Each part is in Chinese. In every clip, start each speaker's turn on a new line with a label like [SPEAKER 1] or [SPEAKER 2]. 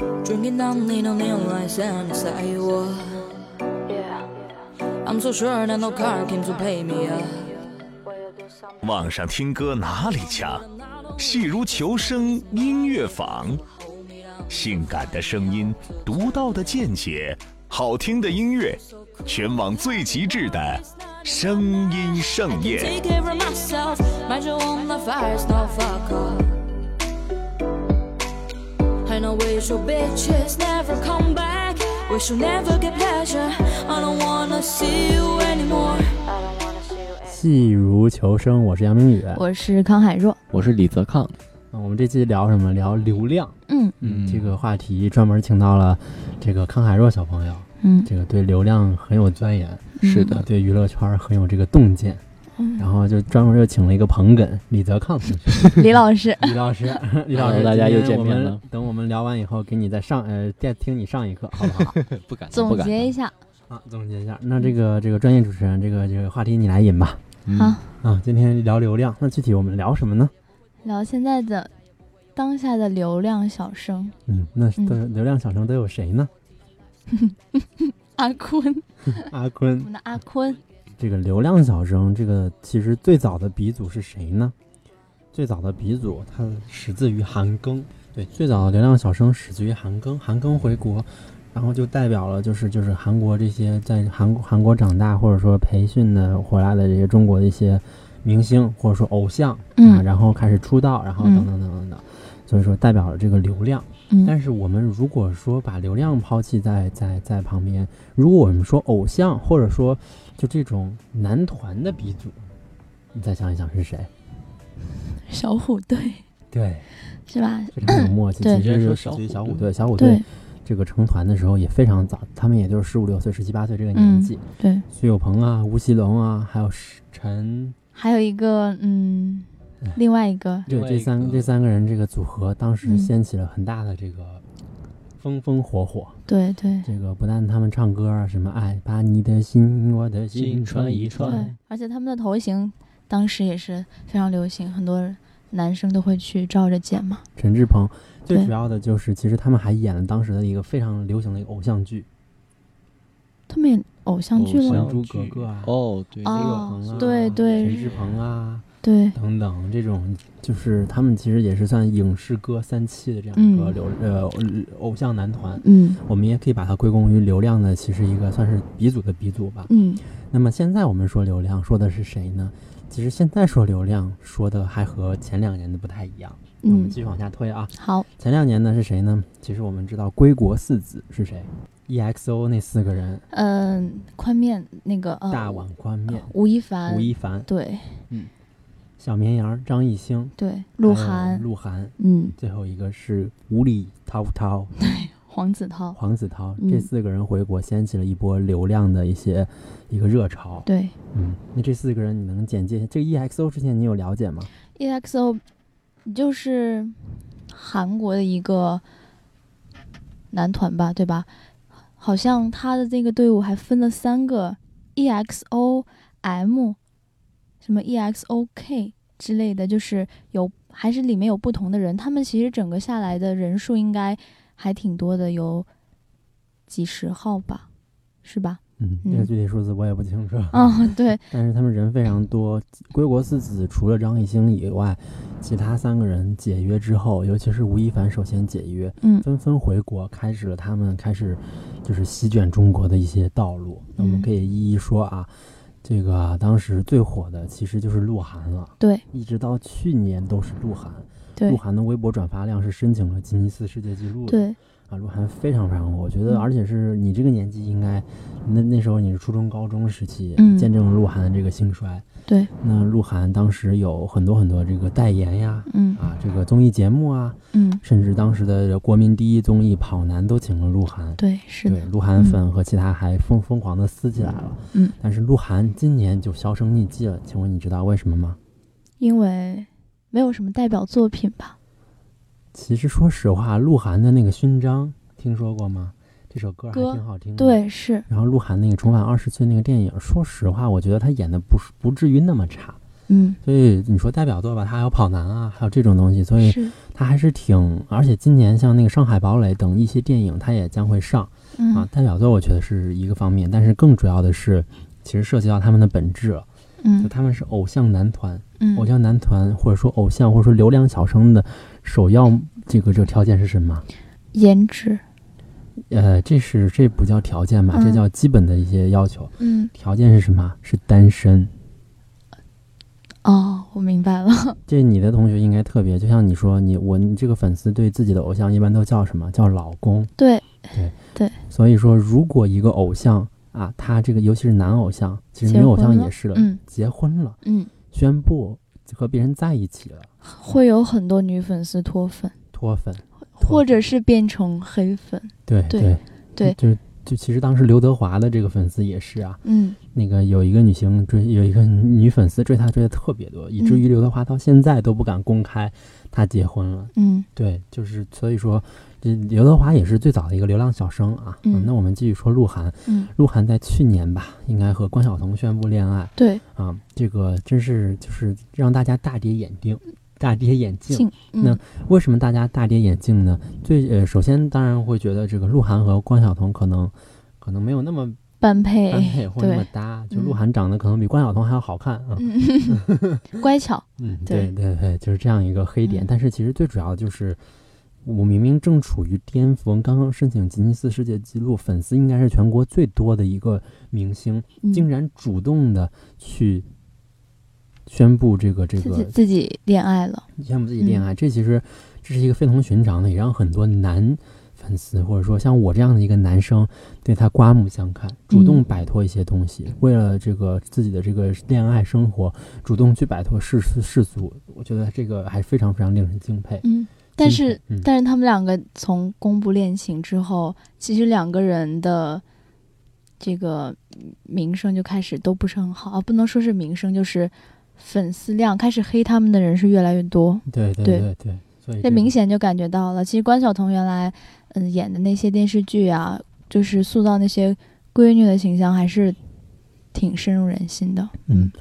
[SPEAKER 1] Drinking down, leaning on my sand inside you. I'm so sure that no car came to pay me up.
[SPEAKER 2] 网上听歌哪里强？戏如求生音乐坊，性感的声音，独到的见解，好听的音乐，全网最极致的声音盛
[SPEAKER 1] Can
[SPEAKER 2] 宴。
[SPEAKER 1] take care of myself. Mind you on the fire, stop fuck off. I know we should bitches never come back. We should never get pleasure. I don't wanna see you anymore.
[SPEAKER 3] 戏如求生，我是杨明宇。
[SPEAKER 4] 我是康海 若，
[SPEAKER 5] 我是李泽康，
[SPEAKER 3] 嗯我们这期聊什么？聊流量。
[SPEAKER 4] 嗯
[SPEAKER 5] 嗯
[SPEAKER 3] 这个话题专门请到了这个康海若小朋友，
[SPEAKER 4] 嗯，
[SPEAKER 3] 这个对流量很有钻研，
[SPEAKER 5] 是的，
[SPEAKER 3] 对娱乐圈很有这个洞见。
[SPEAKER 4] 嗯
[SPEAKER 3] 然后就专门又请了一个捧哏李泽康同 学，
[SPEAKER 4] 李老师
[SPEAKER 3] 李老师，李老师，
[SPEAKER 5] 大家又见面
[SPEAKER 3] 今
[SPEAKER 5] 了
[SPEAKER 3] 天我们等我们聊完以后，给你再上呃，再听你上一课，好不 好？
[SPEAKER 5] 不敢
[SPEAKER 4] 总结一下，
[SPEAKER 3] 啊，总结一下，那这个这个专业主持人，这个这个话题你来引吧。
[SPEAKER 4] 好
[SPEAKER 5] 嗯
[SPEAKER 3] 啊，今天聊流量，那具体我们聊什么呢？
[SPEAKER 4] 聊现在的当下的流量小生
[SPEAKER 3] 嗯，那
[SPEAKER 4] 嗯
[SPEAKER 3] 都流量小生都有谁呢？
[SPEAKER 4] 阿坤，
[SPEAKER 3] 阿
[SPEAKER 4] 我
[SPEAKER 3] 坤，
[SPEAKER 4] 们的阿坤，
[SPEAKER 3] 这个流量小生，这个其实最早的鼻祖是谁呢？最早的鼻祖，它始自于韩庚。对，最早的流量小生始自于韩庚。韩庚回国，然后就代表了就是就是韩国这些在韩国韩国长大或者说培训的回来的这些中国的一些明星或者说偶像，啊，
[SPEAKER 4] 嗯
[SPEAKER 3] 然后开始出道，然后
[SPEAKER 4] 嗯
[SPEAKER 3] 等等等等等，所以说代表了这个流量。
[SPEAKER 4] 嗯
[SPEAKER 3] 但是我们如果说把流量抛弃在在在旁边，如果我们说偶像或者说就这种男团的鼻祖，你再想一想是谁？
[SPEAKER 4] 小虎队
[SPEAKER 3] 对，
[SPEAKER 4] 是吧？
[SPEAKER 3] 非常有 默契。
[SPEAKER 4] 对
[SPEAKER 3] 其实
[SPEAKER 5] 直
[SPEAKER 3] 就
[SPEAKER 5] 接说
[SPEAKER 3] 是
[SPEAKER 5] 小
[SPEAKER 3] 对于
[SPEAKER 5] 虎嗯
[SPEAKER 3] 小虎
[SPEAKER 5] 队
[SPEAKER 3] 队，小虎队
[SPEAKER 4] 对
[SPEAKER 3] 这个成团的时候也非常早，他们也就是十五六岁、十七八岁这个年
[SPEAKER 4] 嗯
[SPEAKER 3] 纪。
[SPEAKER 4] 对，
[SPEAKER 3] 苏有朋啊，吴奇隆啊，还有石
[SPEAKER 5] 嗯
[SPEAKER 3] 陈
[SPEAKER 4] 还有一个嗯，另外一个
[SPEAKER 3] 对，
[SPEAKER 5] 另外
[SPEAKER 3] 这
[SPEAKER 5] 一
[SPEAKER 3] 三
[SPEAKER 5] 个
[SPEAKER 3] 这三个人这个组合，当时
[SPEAKER 4] 嗯
[SPEAKER 3] 掀起了很大的这个风风火火。
[SPEAKER 4] 对对
[SPEAKER 3] 这个不但他们唱歌啊，什么爱把你的心，我的心
[SPEAKER 5] 心
[SPEAKER 3] 穿
[SPEAKER 5] 穿
[SPEAKER 3] 一
[SPEAKER 5] 一
[SPEAKER 3] 穿
[SPEAKER 5] 穿
[SPEAKER 4] 对，而且他们的头型当时也是非常流行，很多男生都会去照着剪嘛。
[SPEAKER 3] 陈志朋。最
[SPEAKER 4] 对
[SPEAKER 3] 主要的就是，其实他们还演了当时的一个非常流行的一个偶像剧
[SPEAKER 4] 他们也偶像剧
[SPEAKER 3] 偶
[SPEAKER 4] 了，
[SPEAKER 3] 像剧
[SPEAKER 5] 哦，对，
[SPEAKER 3] 《苏有
[SPEAKER 4] 哦
[SPEAKER 3] 朋》啊，
[SPEAKER 4] 对对
[SPEAKER 3] 陈志朋啊
[SPEAKER 4] 对，
[SPEAKER 3] 等等，这种就是他们其实也是算影视歌三栖的这样一
[SPEAKER 4] 嗯
[SPEAKER 3] 个流、呃偶像男团，
[SPEAKER 4] 嗯
[SPEAKER 3] 我们也可以把它归功于流量的其实一个算是鼻祖的鼻祖吧。
[SPEAKER 4] 嗯，
[SPEAKER 3] 那么现在我们说流量，说的是谁呢？其实现在说流量，说的还和前两年的不太一样。那我们
[SPEAKER 4] 嗯
[SPEAKER 3] 继续往下推啊，
[SPEAKER 4] 好，
[SPEAKER 3] 前两年呢是谁呢？其实我们知道归国四子是谁，EXO 那四个人，
[SPEAKER 4] 嗯，宽面那个呃，
[SPEAKER 3] 大碗宽面、
[SPEAKER 4] 吴亦凡，
[SPEAKER 3] 吴亦凡、
[SPEAKER 4] 对
[SPEAKER 3] 小绵羊、张艺兴、
[SPEAKER 4] 对，鹿
[SPEAKER 3] 还有
[SPEAKER 4] 晗，
[SPEAKER 3] 鹿晗，
[SPEAKER 4] 嗯，
[SPEAKER 3] 最后一个是吴礼涛涛、
[SPEAKER 4] 黄子韬，
[SPEAKER 3] 黄子韬，
[SPEAKER 4] 哦嗯
[SPEAKER 3] 这四个人回国掀起了一波流量的一些一个热潮。
[SPEAKER 4] 对
[SPEAKER 3] 嗯，那这四个人你能简介一下？这个 EXO 之前你有了解吗？
[SPEAKER 4] ，EXO E 就是韩国的一个男团吧，对吧？好像他的这个队伍还分了三个 EXO M，什么 EXO K 之类的，就是有还是里面有不同的人，他们其实整个下来的人数应该还挺多的，有几十号吧，是吧？
[SPEAKER 3] 嗯，这个
[SPEAKER 4] 嗯
[SPEAKER 3] 具体数字我也不清楚。
[SPEAKER 4] 嗯， 对，
[SPEAKER 3] 但是他们人非常多。归国四子除了张艺兴以外，其他三个人解约之后，尤其是吴亦凡首先解约，
[SPEAKER 4] 嗯
[SPEAKER 3] 纷纷回国，开始了他们开始就是席卷中国的一些道路。那我们
[SPEAKER 4] 嗯
[SPEAKER 3] 可以一一说啊。这个当时最火的其实就是鹿晗了，
[SPEAKER 4] 对，
[SPEAKER 3] 一直到去年都是鹿晗。
[SPEAKER 4] 对
[SPEAKER 3] 鹿晗的微博转发量是申请了吉尼斯世界纪录的。
[SPEAKER 4] 对，
[SPEAKER 3] 啊，鹿晗非常非常火，我觉得，
[SPEAKER 4] 嗯
[SPEAKER 3] 而且是你这个年纪应该，那那时候你是初中、高中时期，
[SPEAKER 4] 嗯
[SPEAKER 3] 见证了鹿晗的这个兴衰。
[SPEAKER 4] 对，
[SPEAKER 3] 那鹿晗当时有很多很多这个代言呀，
[SPEAKER 4] 嗯
[SPEAKER 3] 啊，这个综艺节目啊，
[SPEAKER 4] 嗯，
[SPEAKER 3] 甚至当时的国民第一综艺《跑男》都请了鹿晗。
[SPEAKER 4] 对，是
[SPEAKER 3] 对
[SPEAKER 4] 的，，
[SPEAKER 3] 鹿晗粉和其他还疯疯狂的撕起来了。
[SPEAKER 4] 嗯，
[SPEAKER 3] 但是鹿晗今年就销声匿迹了，请问你知道为什么吗？
[SPEAKER 4] 因为没有什么代表作品吧？
[SPEAKER 3] 嗯其实说实话，鹿晗的那个勋章听说过吗？这首歌还
[SPEAKER 4] 歌
[SPEAKER 3] 挺好听的。。
[SPEAKER 4] 对，是，
[SPEAKER 3] 然后鹿晗那个《重返二十岁》那个电影，说实话，我觉得他演的不是不至于那么差，
[SPEAKER 4] 嗯，
[SPEAKER 3] 所以你说代表作吧，它还有跑男啊，还有这种东西，所以
[SPEAKER 4] 是，
[SPEAKER 3] 它还是挺，而且今年像那个《上海堡垒》等一些电影，它也将会上啊
[SPEAKER 4] 嗯。
[SPEAKER 3] 代表作我觉得是一个方面，但是更主要的是，其实涉及到他们的本质了，就
[SPEAKER 4] 嗯
[SPEAKER 3] 他们是偶像男团，
[SPEAKER 4] 嗯，
[SPEAKER 3] 偶像男团或者说偶像或者说流量小生的首要这个这个条件是什么？
[SPEAKER 4] 颜值，
[SPEAKER 3] 呃，这是这不叫条件吧，
[SPEAKER 4] 嗯
[SPEAKER 3] 这叫基本的一些要求。
[SPEAKER 4] 嗯，
[SPEAKER 3] 条件是什么？是单身。
[SPEAKER 4] 哦，我明白了，
[SPEAKER 3] 这你的同学应该特别，就像你说你我你这个粉丝对自己的偶像一般都叫什么？叫老公。
[SPEAKER 4] 对，
[SPEAKER 3] 所以说，如果一个偶像啊，他这个尤其是男偶像，其实
[SPEAKER 4] 结
[SPEAKER 3] 女偶
[SPEAKER 4] 婚
[SPEAKER 3] 像
[SPEAKER 4] 了
[SPEAKER 3] 也是了，
[SPEAKER 4] 嗯
[SPEAKER 3] 结婚了，
[SPEAKER 4] 嗯，
[SPEAKER 3] 宣布和别人在一起了，
[SPEAKER 4] 会有很多女粉丝脱粉，
[SPEAKER 3] 脱粉。脱
[SPEAKER 4] 或者
[SPEAKER 3] 粉
[SPEAKER 4] 是变成黑粉，
[SPEAKER 3] 对
[SPEAKER 4] 对对
[SPEAKER 3] 对，就就其实当时刘德华的这个粉丝也是啊，
[SPEAKER 4] 嗯
[SPEAKER 3] 那个有一个女星追，有一个女粉丝追他追的特别多，以至于刘德华到现在都不敢公开他结婚了。
[SPEAKER 4] 嗯
[SPEAKER 3] 对，就是所以说，这刘德华也是最早的一个流浪小生啊。
[SPEAKER 4] 嗯
[SPEAKER 3] 那我们继续说鹿晗，
[SPEAKER 4] 嗯，
[SPEAKER 3] 鹿晗在去年吧，应该和关晓彤宣布恋爱
[SPEAKER 4] 对，
[SPEAKER 3] 啊，这个真是就是让大家大跌眼镜，大跌眼镜。
[SPEAKER 4] 性，嗯
[SPEAKER 3] 那为什么大家大跌眼镜呢？最呃，首先当然会觉得这个鹿晗和关晓彤可能可能没有那么
[SPEAKER 4] 般配，
[SPEAKER 3] 般配或那么
[SPEAKER 4] 哎对，
[SPEAKER 3] 搭，
[SPEAKER 4] 嗯
[SPEAKER 3] 就鹿晗长得可能比关晓彤还要好看啊。
[SPEAKER 4] 乖巧，
[SPEAKER 3] 嗯，
[SPEAKER 4] 对
[SPEAKER 3] 对对对，就是这样一个黑点。
[SPEAKER 4] 嗯
[SPEAKER 3] 但是其实最主要的就是，我明明正处于巅峰，刚刚申请吉尼斯世界纪录，粉丝应该是全国最多的一个明星，
[SPEAKER 4] 嗯
[SPEAKER 3] 竟然主动的去宣布这个这
[SPEAKER 4] 自己
[SPEAKER 3] 个
[SPEAKER 4] 自己恋爱了，
[SPEAKER 3] 宣布自己
[SPEAKER 4] 嗯
[SPEAKER 3] 恋爱，这其实这是一个非同寻常的，也让很多男粉丝或者说像我这样的一个男生对他刮目相看，主动
[SPEAKER 4] 嗯
[SPEAKER 3] 摆脱一些东西，为了这个自己的这个恋爱生活，主动去摆脱世世世俗，我觉得这个还非常非常令人敬佩。
[SPEAKER 4] 嗯，但
[SPEAKER 3] 敬佩
[SPEAKER 4] 是
[SPEAKER 3] 嗯、
[SPEAKER 4] 但是他们两个从公布恋情之后，其实两个人的这个名声就开始都不是很好啊，不能说是名声，就是粉丝量开始黑他们的人是越来越多。
[SPEAKER 3] 对对
[SPEAKER 4] 对
[SPEAKER 3] 对对，所以
[SPEAKER 4] 这
[SPEAKER 3] 个
[SPEAKER 4] 明显就感觉到了，其实关晓彤原来嗯、演的那些电视剧啊，就是塑造那些闺女的形象，还是挺深入人心的。
[SPEAKER 3] 嗯。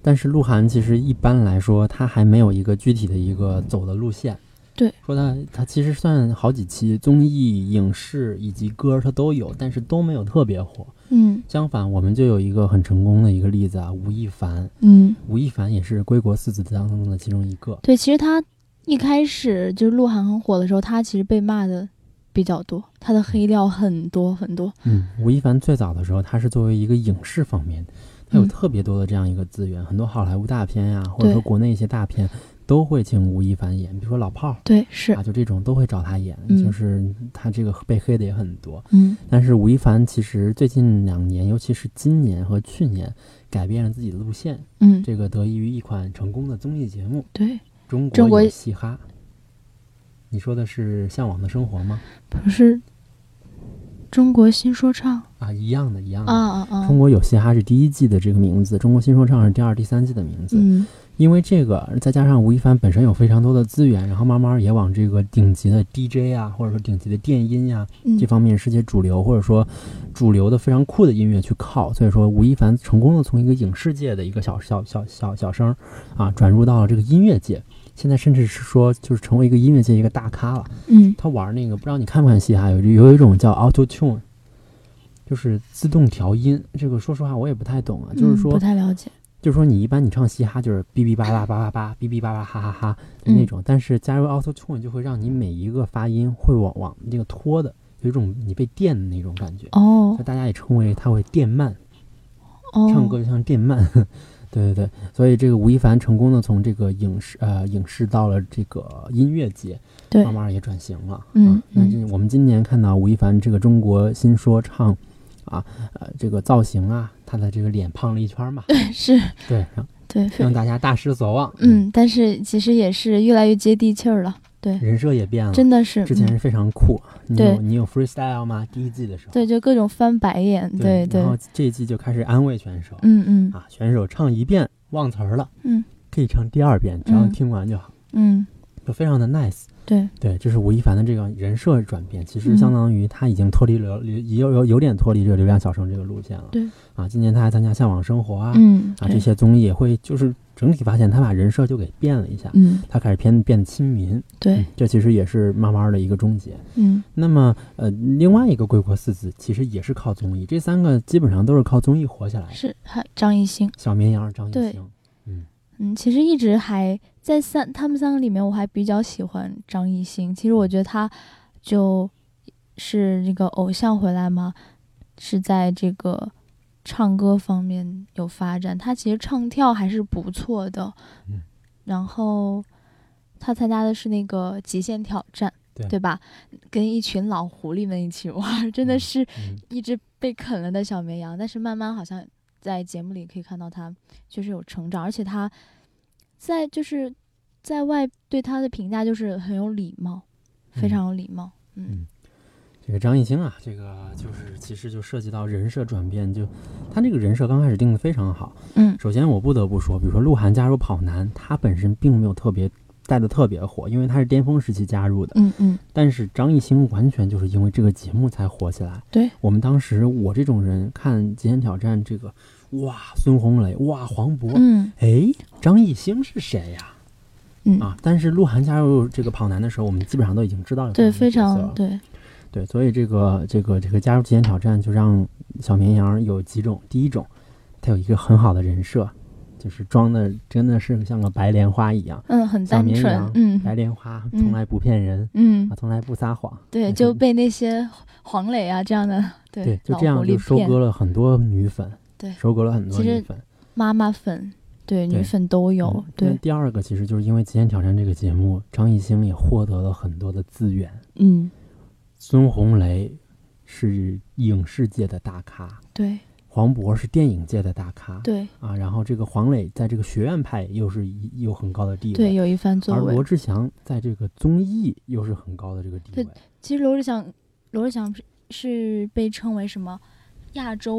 [SPEAKER 3] 但是鹿晗其实一般来说，他还没有一个具体的一个走的路线。
[SPEAKER 4] 对，
[SPEAKER 3] 说他他其实算好几期综艺、影视以及歌他都有，但是都没有特别火。
[SPEAKER 4] 嗯
[SPEAKER 3] 相反，我们就有一个很成功的一个例子啊，吴亦凡。
[SPEAKER 4] 嗯，
[SPEAKER 3] 吴亦凡也是归国四子当中的其中一个。
[SPEAKER 4] 对，其实他一开始就是鹿晗很火的时候，他其实被骂的比较多，他的黑料很多很多。
[SPEAKER 3] 嗯，吴亦凡最早的时候，他是作为一个影视方面，他有
[SPEAKER 4] 嗯
[SPEAKER 3] 特别多的这样一个资源，很多好莱坞大片呀、或者
[SPEAKER 4] 对
[SPEAKER 3] 说国内一些大片都会请吴亦凡演，比如说《老炮儿》。
[SPEAKER 4] 对，是
[SPEAKER 3] 啊，，就这种都会找他演，
[SPEAKER 4] 嗯
[SPEAKER 3] 就是他这个被黑的也很多。
[SPEAKER 4] 嗯
[SPEAKER 3] 但是吴亦凡其实最近两年，尤其是今年和去年，改变了自己的路线，
[SPEAKER 4] 嗯，
[SPEAKER 3] 这个得益于一款成功的综艺节目
[SPEAKER 4] 对，
[SPEAKER 3] 《中
[SPEAKER 4] 中
[SPEAKER 3] 国
[SPEAKER 4] 国
[SPEAKER 3] 有嘻哈》。你说的是《向往的生活》吗？
[SPEAKER 4] 不是中国新说唱
[SPEAKER 3] 啊，一样的，一样的。
[SPEAKER 4] 啊啊啊
[SPEAKER 3] 中！国有嘻哈是第一季的这个名字，中国新说唱是第二、第三季的名字。
[SPEAKER 4] 嗯
[SPEAKER 3] 因为这个，再加上吴亦凡本身有非常多的资源，然后慢慢也往这个顶级的 DJ 啊，或者说顶级的电音啊呀、
[SPEAKER 4] 嗯
[SPEAKER 3] 这方面世界主流或者说主流的非常酷的音乐去靠，所以说吴亦凡成功的从一个影视界的一个小小小小小生儿啊，转入到了这个音乐界，现在甚至是说就是成为一个音乐界一个大咖了。
[SPEAKER 4] 嗯
[SPEAKER 3] 他玩那个不知道你看不看嘻哈，有有一种叫 Auto Tune，就是自动调音，这个说实话我也不太懂啊，就是
[SPEAKER 4] 嗯
[SPEAKER 3] 说、
[SPEAKER 4] 不太了解。
[SPEAKER 3] 就是说你一般你唱嘻哈就是哔哔叭叭叭叭叭哔哔叭叭哈哈哈就那种，但是加入 Auto Tune 就会让你每一个发音会往往那个拖的，有一种你被电的那种感觉，
[SPEAKER 4] 哦
[SPEAKER 3] 所以大家也称为它为电慢，
[SPEAKER 4] 哦，
[SPEAKER 3] 唱歌就像电慢。对对对，所以这个吴亦凡成功的从这个影视呃影视到了这个音乐界，
[SPEAKER 4] 对
[SPEAKER 3] 慢慢也转型了。
[SPEAKER 4] 嗯
[SPEAKER 3] 啊那
[SPEAKER 4] 嗯
[SPEAKER 3] 这我们今年看到吴亦凡这个中国新说唱啊，呃，这个造型啊，他的这个脸胖了一圈嘛，
[SPEAKER 4] 是，
[SPEAKER 3] 对，让
[SPEAKER 4] 对，
[SPEAKER 3] 让大家大失所望。，
[SPEAKER 4] 嗯，但是其实也是越来越接地气儿了，
[SPEAKER 3] 嗯人设也变了。
[SPEAKER 4] 真的是。
[SPEAKER 3] 啊之前
[SPEAKER 4] 嗯
[SPEAKER 3] 是非常酷，你
[SPEAKER 4] 对
[SPEAKER 3] 有你有 freestyle 吗？第一季的时候，
[SPEAKER 4] 对，就各种翻白眼，对对
[SPEAKER 3] 然，后这一季就开始安慰选手、
[SPEAKER 4] 嗯嗯
[SPEAKER 3] 啊，选手唱一遍忘词儿了，
[SPEAKER 4] 嗯
[SPEAKER 3] 可以唱第二遍，只要
[SPEAKER 4] 嗯
[SPEAKER 3] 听完就好。
[SPEAKER 4] 嗯，
[SPEAKER 3] 就非常的 nice。
[SPEAKER 4] 对，
[SPEAKER 3] 对，这是吴亦凡的这个人设转变，其实
[SPEAKER 4] 嗯
[SPEAKER 3] 相当于他已经脱离流，有有有点脱离这个流量小生这个路线了。
[SPEAKER 4] 对
[SPEAKER 3] 啊，今年他还参加《向往生活啊》啊、
[SPEAKER 4] 嗯，
[SPEAKER 3] 这
[SPEAKER 4] 对，
[SPEAKER 3] 些综艺，也会就是整体发现他把人设就给变了一下，
[SPEAKER 4] 嗯，
[SPEAKER 3] 他开始偏变亲民。
[SPEAKER 4] 对
[SPEAKER 3] 嗯，这其实也是慢慢的一个终结。
[SPEAKER 4] 嗯，
[SPEAKER 3] 那么呃，另外一个归国四子其实也是靠综艺，这三个基本上都是靠综艺火起来的。
[SPEAKER 4] 是还张艺兴，
[SPEAKER 3] 小绵羊张艺
[SPEAKER 4] 对
[SPEAKER 3] 兴，
[SPEAKER 4] 嗯，其实一直还在三他们三个里面，我还比较喜欢张艺兴。其实我觉得他就是这个偶像回来嘛，是在这个唱歌方面有发展。他其实唱跳还是不错的，
[SPEAKER 3] 嗯
[SPEAKER 4] 然后他参加的是那个极限挑战，
[SPEAKER 3] 对
[SPEAKER 4] 吧？跟一群老狐狸们一起玩，真的
[SPEAKER 3] 嗯
[SPEAKER 4] 是
[SPEAKER 3] 嗯，
[SPEAKER 4] 一只被啃了的小绵羊，但是慢慢好像在节目里可以看到他确实有成长，而且他在就是在外对他的评价就是很有礼貌，非
[SPEAKER 3] 嗯
[SPEAKER 4] 常有礼貌。嗯
[SPEAKER 3] 这个张艺兴啊，这个就是其实就涉及到人设转变，就他这个人设刚开始定的非常好。
[SPEAKER 4] 嗯
[SPEAKER 3] 首先我不得不说，比如说鹿晗加入跑男，他本身并没有特别带的特别火，因为他是巅峰时期加入的。
[SPEAKER 4] 嗯嗯，
[SPEAKER 3] 但是张艺兴完全就是因为这个节目才火起来。
[SPEAKER 4] 对
[SPEAKER 3] 我们当时我这种人看《极限挑战》这个，哇，孙红雷，哇，黄渤，
[SPEAKER 4] 嗯
[SPEAKER 3] 哎，张艺兴是谁呀、
[SPEAKER 4] 嗯
[SPEAKER 3] 啊，但是鹿晗加入这个跑男的时候，我们基本上都已经知道有
[SPEAKER 4] 对，
[SPEAKER 3] 这样
[SPEAKER 4] 非
[SPEAKER 3] 一个角色了
[SPEAKER 4] 常对，
[SPEAKER 3] 对，所以这个这个这个加入极限挑战，就让小绵羊有几种。第一种，它有一个很好的人设，就是装的真的是像个白莲花一样，
[SPEAKER 4] 嗯，很
[SPEAKER 3] 小
[SPEAKER 4] 单
[SPEAKER 3] 绵
[SPEAKER 4] 纯
[SPEAKER 3] 羊，
[SPEAKER 4] 嗯
[SPEAKER 3] 白莲花
[SPEAKER 4] 嗯
[SPEAKER 3] 从来不骗人、
[SPEAKER 4] 嗯
[SPEAKER 3] 啊，，从来不撒谎。
[SPEAKER 4] 对，
[SPEAKER 3] 嗯
[SPEAKER 4] 就被那些黄磊啊这样的
[SPEAKER 3] 对，就
[SPEAKER 4] 老
[SPEAKER 3] 这样
[SPEAKER 4] 狐
[SPEAKER 3] 就
[SPEAKER 4] 狸
[SPEAKER 3] 收
[SPEAKER 4] 骗
[SPEAKER 3] 割了很多女粉，
[SPEAKER 4] 对
[SPEAKER 3] 收割了很多
[SPEAKER 4] 其
[SPEAKER 3] 女
[SPEAKER 4] 实
[SPEAKER 3] 粉。
[SPEAKER 4] 妈妈粉，对女
[SPEAKER 3] 对
[SPEAKER 4] 粉都有
[SPEAKER 3] 嗯，那
[SPEAKER 4] 对，
[SPEAKER 3] 第二个，其实就是因为《极限挑战》这个节目，张艺兴也获得了很多的资源。
[SPEAKER 4] 嗯
[SPEAKER 3] 孙红雷是影视界的大咖，
[SPEAKER 4] 对
[SPEAKER 3] 黄渤是电影界的大咖，
[SPEAKER 4] 对
[SPEAKER 3] 啊，然后这个黄磊在这个学院派又是一有很高的地位，
[SPEAKER 4] 对，有一番作
[SPEAKER 3] 而
[SPEAKER 4] 为
[SPEAKER 3] 罗。志祥在这个综艺又是很高的这个地
[SPEAKER 4] 对
[SPEAKER 3] 位，
[SPEAKER 4] 其实罗志祥，罗志祥是是被称为什么亚洲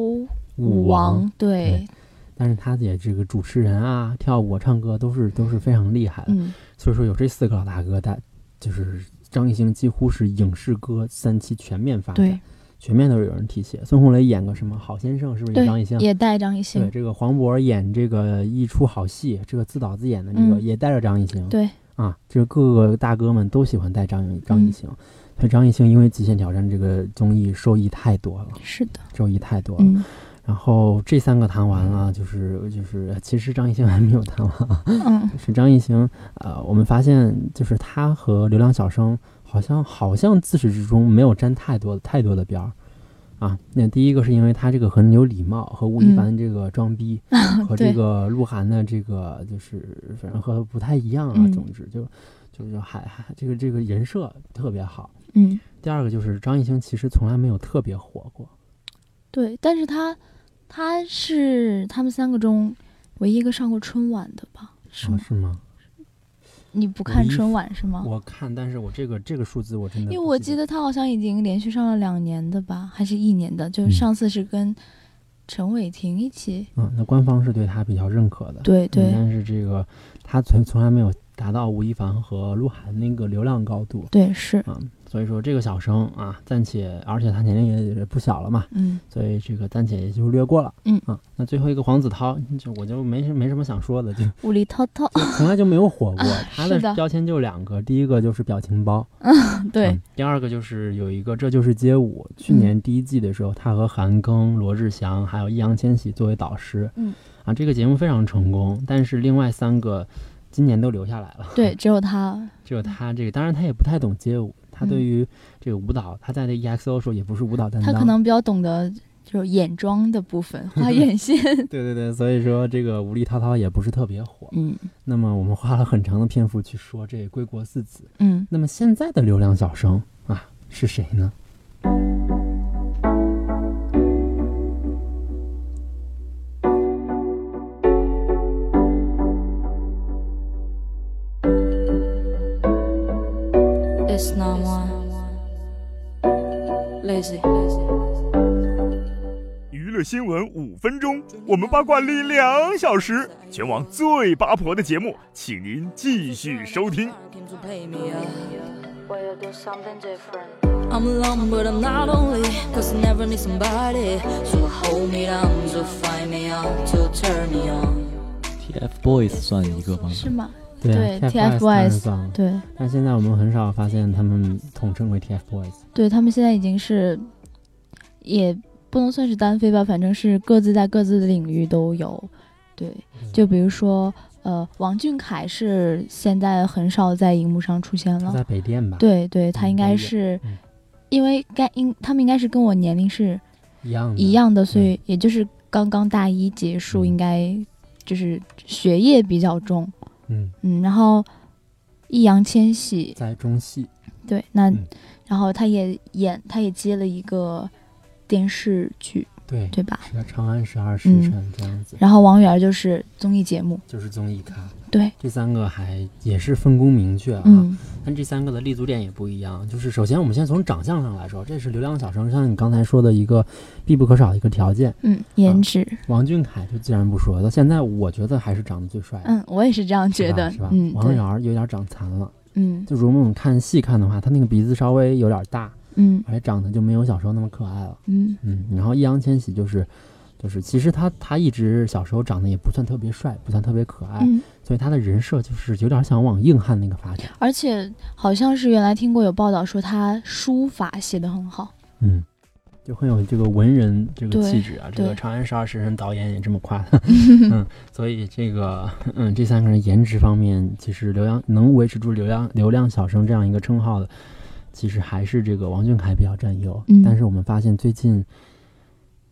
[SPEAKER 3] 舞王，
[SPEAKER 4] 对，
[SPEAKER 3] 但是他也这个主持人啊、跳舞、唱歌都是都是非常厉害的，
[SPEAKER 4] 嗯，
[SPEAKER 3] 所以说有这四个老大哥，大就是张艺兴几乎是影视歌三期全面发展
[SPEAKER 4] 对，
[SPEAKER 3] 全面都有人提携。孙红雷演个什么好先生，是不是
[SPEAKER 4] 对
[SPEAKER 3] 也张艺兴？
[SPEAKER 4] 也带张艺
[SPEAKER 3] 对，
[SPEAKER 4] 兴，
[SPEAKER 3] 这个黄渤演这个一出好戏，这个自导自演的这个、
[SPEAKER 4] 嗯
[SPEAKER 3] 也带着张艺兴。
[SPEAKER 4] 对，
[SPEAKER 3] 啊，这各个大哥们都喜欢带张艺
[SPEAKER 4] 嗯
[SPEAKER 3] 张艺兴。所以张艺兴因为《极限挑战》这个综艺受益太多了，
[SPEAKER 4] 是的，
[SPEAKER 3] 受益太多了。
[SPEAKER 4] 嗯
[SPEAKER 3] 然后这三个谈完了，就是就是，其实张艺兴还没有谈完啊，
[SPEAKER 4] 嗯，
[SPEAKER 3] 是张艺兴。呃，我们发现就是他和《流量小生》好像好像自始至终没有沾太多太多的边儿啊。那第一个是因为他这个很有礼貌，和吴亦
[SPEAKER 4] 嗯
[SPEAKER 3] 凡这个装逼，和这
[SPEAKER 4] 对，
[SPEAKER 3] 个鹿晗的这个就是反正和不太一样啊，
[SPEAKER 4] 嗯
[SPEAKER 3] 总之就就是还还这个这个人设特别好。
[SPEAKER 4] 嗯
[SPEAKER 3] 第二个就是张艺兴其实从来没有特别火过，
[SPEAKER 4] 对，但是他他是他们三个中唯一一个上过春晚的吧？是
[SPEAKER 3] 啊
[SPEAKER 4] 吗？
[SPEAKER 3] 是吗？
[SPEAKER 4] 你不看
[SPEAKER 3] 唯一
[SPEAKER 4] 春晚是吗？
[SPEAKER 3] 嗯我看，但是我这个这个数字我真的
[SPEAKER 4] 因
[SPEAKER 3] 不
[SPEAKER 4] 为我记
[SPEAKER 3] 得
[SPEAKER 4] 得他好像已经连续上了两年的吧，还是一年的，就是
[SPEAKER 3] 嗯
[SPEAKER 4] 上次是跟陈伟霆一起，
[SPEAKER 3] 啊，那官方是对他比较认可的，
[SPEAKER 4] 对对
[SPEAKER 3] 嗯但是这个他从从来没有达到吴亦凡和鹿晗那个流量高度
[SPEAKER 4] 对是，
[SPEAKER 3] 啊，所以说这个小生啊，暂且而且他年龄也也不小了嘛，
[SPEAKER 4] 嗯
[SPEAKER 3] 所以这个暂且也就略过了。
[SPEAKER 4] 嗯
[SPEAKER 3] 啊，那最后一个黄子韬，就我就没什没什么想说的，就
[SPEAKER 4] 无厘头头，
[SPEAKER 3] 就从来就没有火 过。他
[SPEAKER 4] 是
[SPEAKER 3] 的
[SPEAKER 4] 的
[SPEAKER 3] 标签就两个，第一个就是表情包，
[SPEAKER 4] 对嗯
[SPEAKER 3] 嗯，第二个就是有一个这就是街舞。去年第一季的时候，他和韩庚、罗志祥还有易烊千玺作为导师，
[SPEAKER 4] 嗯，
[SPEAKER 3] 啊，这个节目非常成功，但是另外三个今年都留下来了。
[SPEAKER 4] 对，只有他，
[SPEAKER 3] 只有他这个，当然他也不太懂街舞，他对于这个舞蹈，他在这 EXO 的时候也不是舞蹈担当，
[SPEAKER 4] 嗯他可能比较懂得就是眼妆的 部分，画眼线。
[SPEAKER 3] 对对对，所以说这个无力滔滔也不是特别火。
[SPEAKER 4] 嗯
[SPEAKER 3] 那么我们花了很长的篇幅去说这归国四子。
[SPEAKER 4] 嗯，
[SPEAKER 3] 那么现在的流量小生啊是谁呢？
[SPEAKER 1] It's not one. Lazy.
[SPEAKER 5] 娱乐新闻五分钟，我们八卦力两小时，全网最八婆的节目，请您继续收听。
[SPEAKER 1] pay me up.
[SPEAKER 6] Well, you do something different.
[SPEAKER 1] I'm alone, but I'm not lonely. Cause I never need somebody to hold me down, to find me out, to turn me on.
[SPEAKER 7] TFBOYS 算一个吗？
[SPEAKER 4] 是吗？
[SPEAKER 3] 对啊
[SPEAKER 4] 对
[SPEAKER 3] TFBOYS 当然算了
[SPEAKER 4] 对，
[SPEAKER 3] 但现在我们很少发现他们统称为 TFBOYS。
[SPEAKER 4] 对他们现在已经是，也不能算是单飞吧，反正是各自在各自的领域都有。对，就比如说，呃，王俊凯是现在很少在荧幕上出现
[SPEAKER 3] 他
[SPEAKER 4] 了
[SPEAKER 3] 在。北电吧？，
[SPEAKER 4] 对对，他
[SPEAKER 3] 嗯
[SPEAKER 4] 应该
[SPEAKER 3] 也
[SPEAKER 4] 是
[SPEAKER 3] 嗯，
[SPEAKER 4] 因为该应他们应该是跟我年龄是
[SPEAKER 3] 一样的
[SPEAKER 4] 一。样的，所以也就是刚刚大一结束，
[SPEAKER 3] 嗯
[SPEAKER 4] 应该就是学业比较重。
[SPEAKER 3] 嗯，
[SPEAKER 4] 嗯，然后易烊千玺，
[SPEAKER 3] 在中戏。
[SPEAKER 4] 对，那、
[SPEAKER 3] 嗯
[SPEAKER 4] 然后他也演，他也接了一个电视剧，
[SPEAKER 3] 对，
[SPEAKER 4] 对吧？
[SPEAKER 3] 是在《长安十二时辰》这样子，
[SPEAKER 4] 然后王源儿就是综艺节目，
[SPEAKER 3] 就是综艺咖。
[SPEAKER 4] 对，
[SPEAKER 3] 这三个还也是分工明确啊。
[SPEAKER 4] 嗯，
[SPEAKER 3] 但这三个的立足点也不一样。就是首先，我们先从长相上来说，这是流量小生像你刚才说的一个必不可少的一个条件。
[SPEAKER 4] 嗯，颜值，
[SPEAKER 3] 王俊凯就自然不说，到现在我觉得还是长得最帅的。
[SPEAKER 4] 嗯，我也是这样觉
[SPEAKER 3] 是吧
[SPEAKER 4] 得
[SPEAKER 3] 是吧？，
[SPEAKER 4] 嗯，
[SPEAKER 3] 王
[SPEAKER 4] 对
[SPEAKER 3] 源，儿有点长残了，
[SPEAKER 4] 嗯
[SPEAKER 3] 就如果我们看细看的话，他那个鼻子稍微有点大，
[SPEAKER 4] 嗯
[SPEAKER 3] 而且长得就没有小时候那么可爱了。
[SPEAKER 4] 嗯
[SPEAKER 3] 嗯，然后易烊千玺就是，就是其实他他一直小时候长得也不算特别帅，不算特别可爱，
[SPEAKER 4] 嗯，
[SPEAKER 3] 所以他的人设就是有点想往硬汉那个发展。
[SPEAKER 4] 而且好像是原来听过有报道说他书法写的很好，
[SPEAKER 3] 嗯，就很有这个文人这个
[SPEAKER 4] 对
[SPEAKER 3] 气质啊。这个《
[SPEAKER 4] 对
[SPEAKER 3] 长安十二时辰》导演也这么 夸他。嗯，所以这个嗯，这三个人颜值方面，其实流量能维持住流量流量小生这样一个称号的，其实还是这个王俊凯比较占优。
[SPEAKER 4] 嗯
[SPEAKER 3] 但是我们发现最近。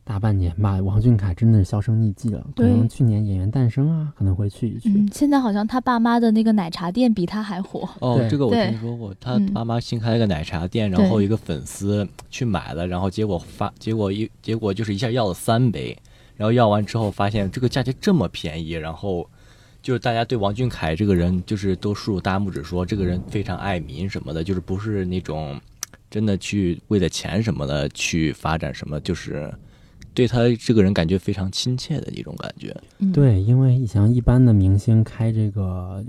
[SPEAKER 3] 大半年吧，王俊凯真的是销声匿迹了。可
[SPEAKER 4] 对
[SPEAKER 3] 能去年《演员诞生》啊，可能会去一去。
[SPEAKER 4] 嗯，现在好像他爸妈的那个奶茶店比他还火，
[SPEAKER 7] 哦
[SPEAKER 3] 对，
[SPEAKER 7] 这个我
[SPEAKER 4] 对
[SPEAKER 7] 听说过，他
[SPEAKER 4] 嗯
[SPEAKER 7] 爸妈新开了个奶茶店，然
[SPEAKER 4] 对
[SPEAKER 7] 后一个粉丝去买了，然后结果发，结果一结果就是一下要了三杯，然后要完之后发现这个价钱这么便宜，然后就是大家对王俊凯这个人就是都竖大拇指说这个人非常爱民什么的，就是不是那种真的去为了钱什么的去发展什么，就是对他这个人感觉非常亲切的一种感觉。
[SPEAKER 4] 嗯，，
[SPEAKER 3] 对，啊因为你像一般的明星开这个，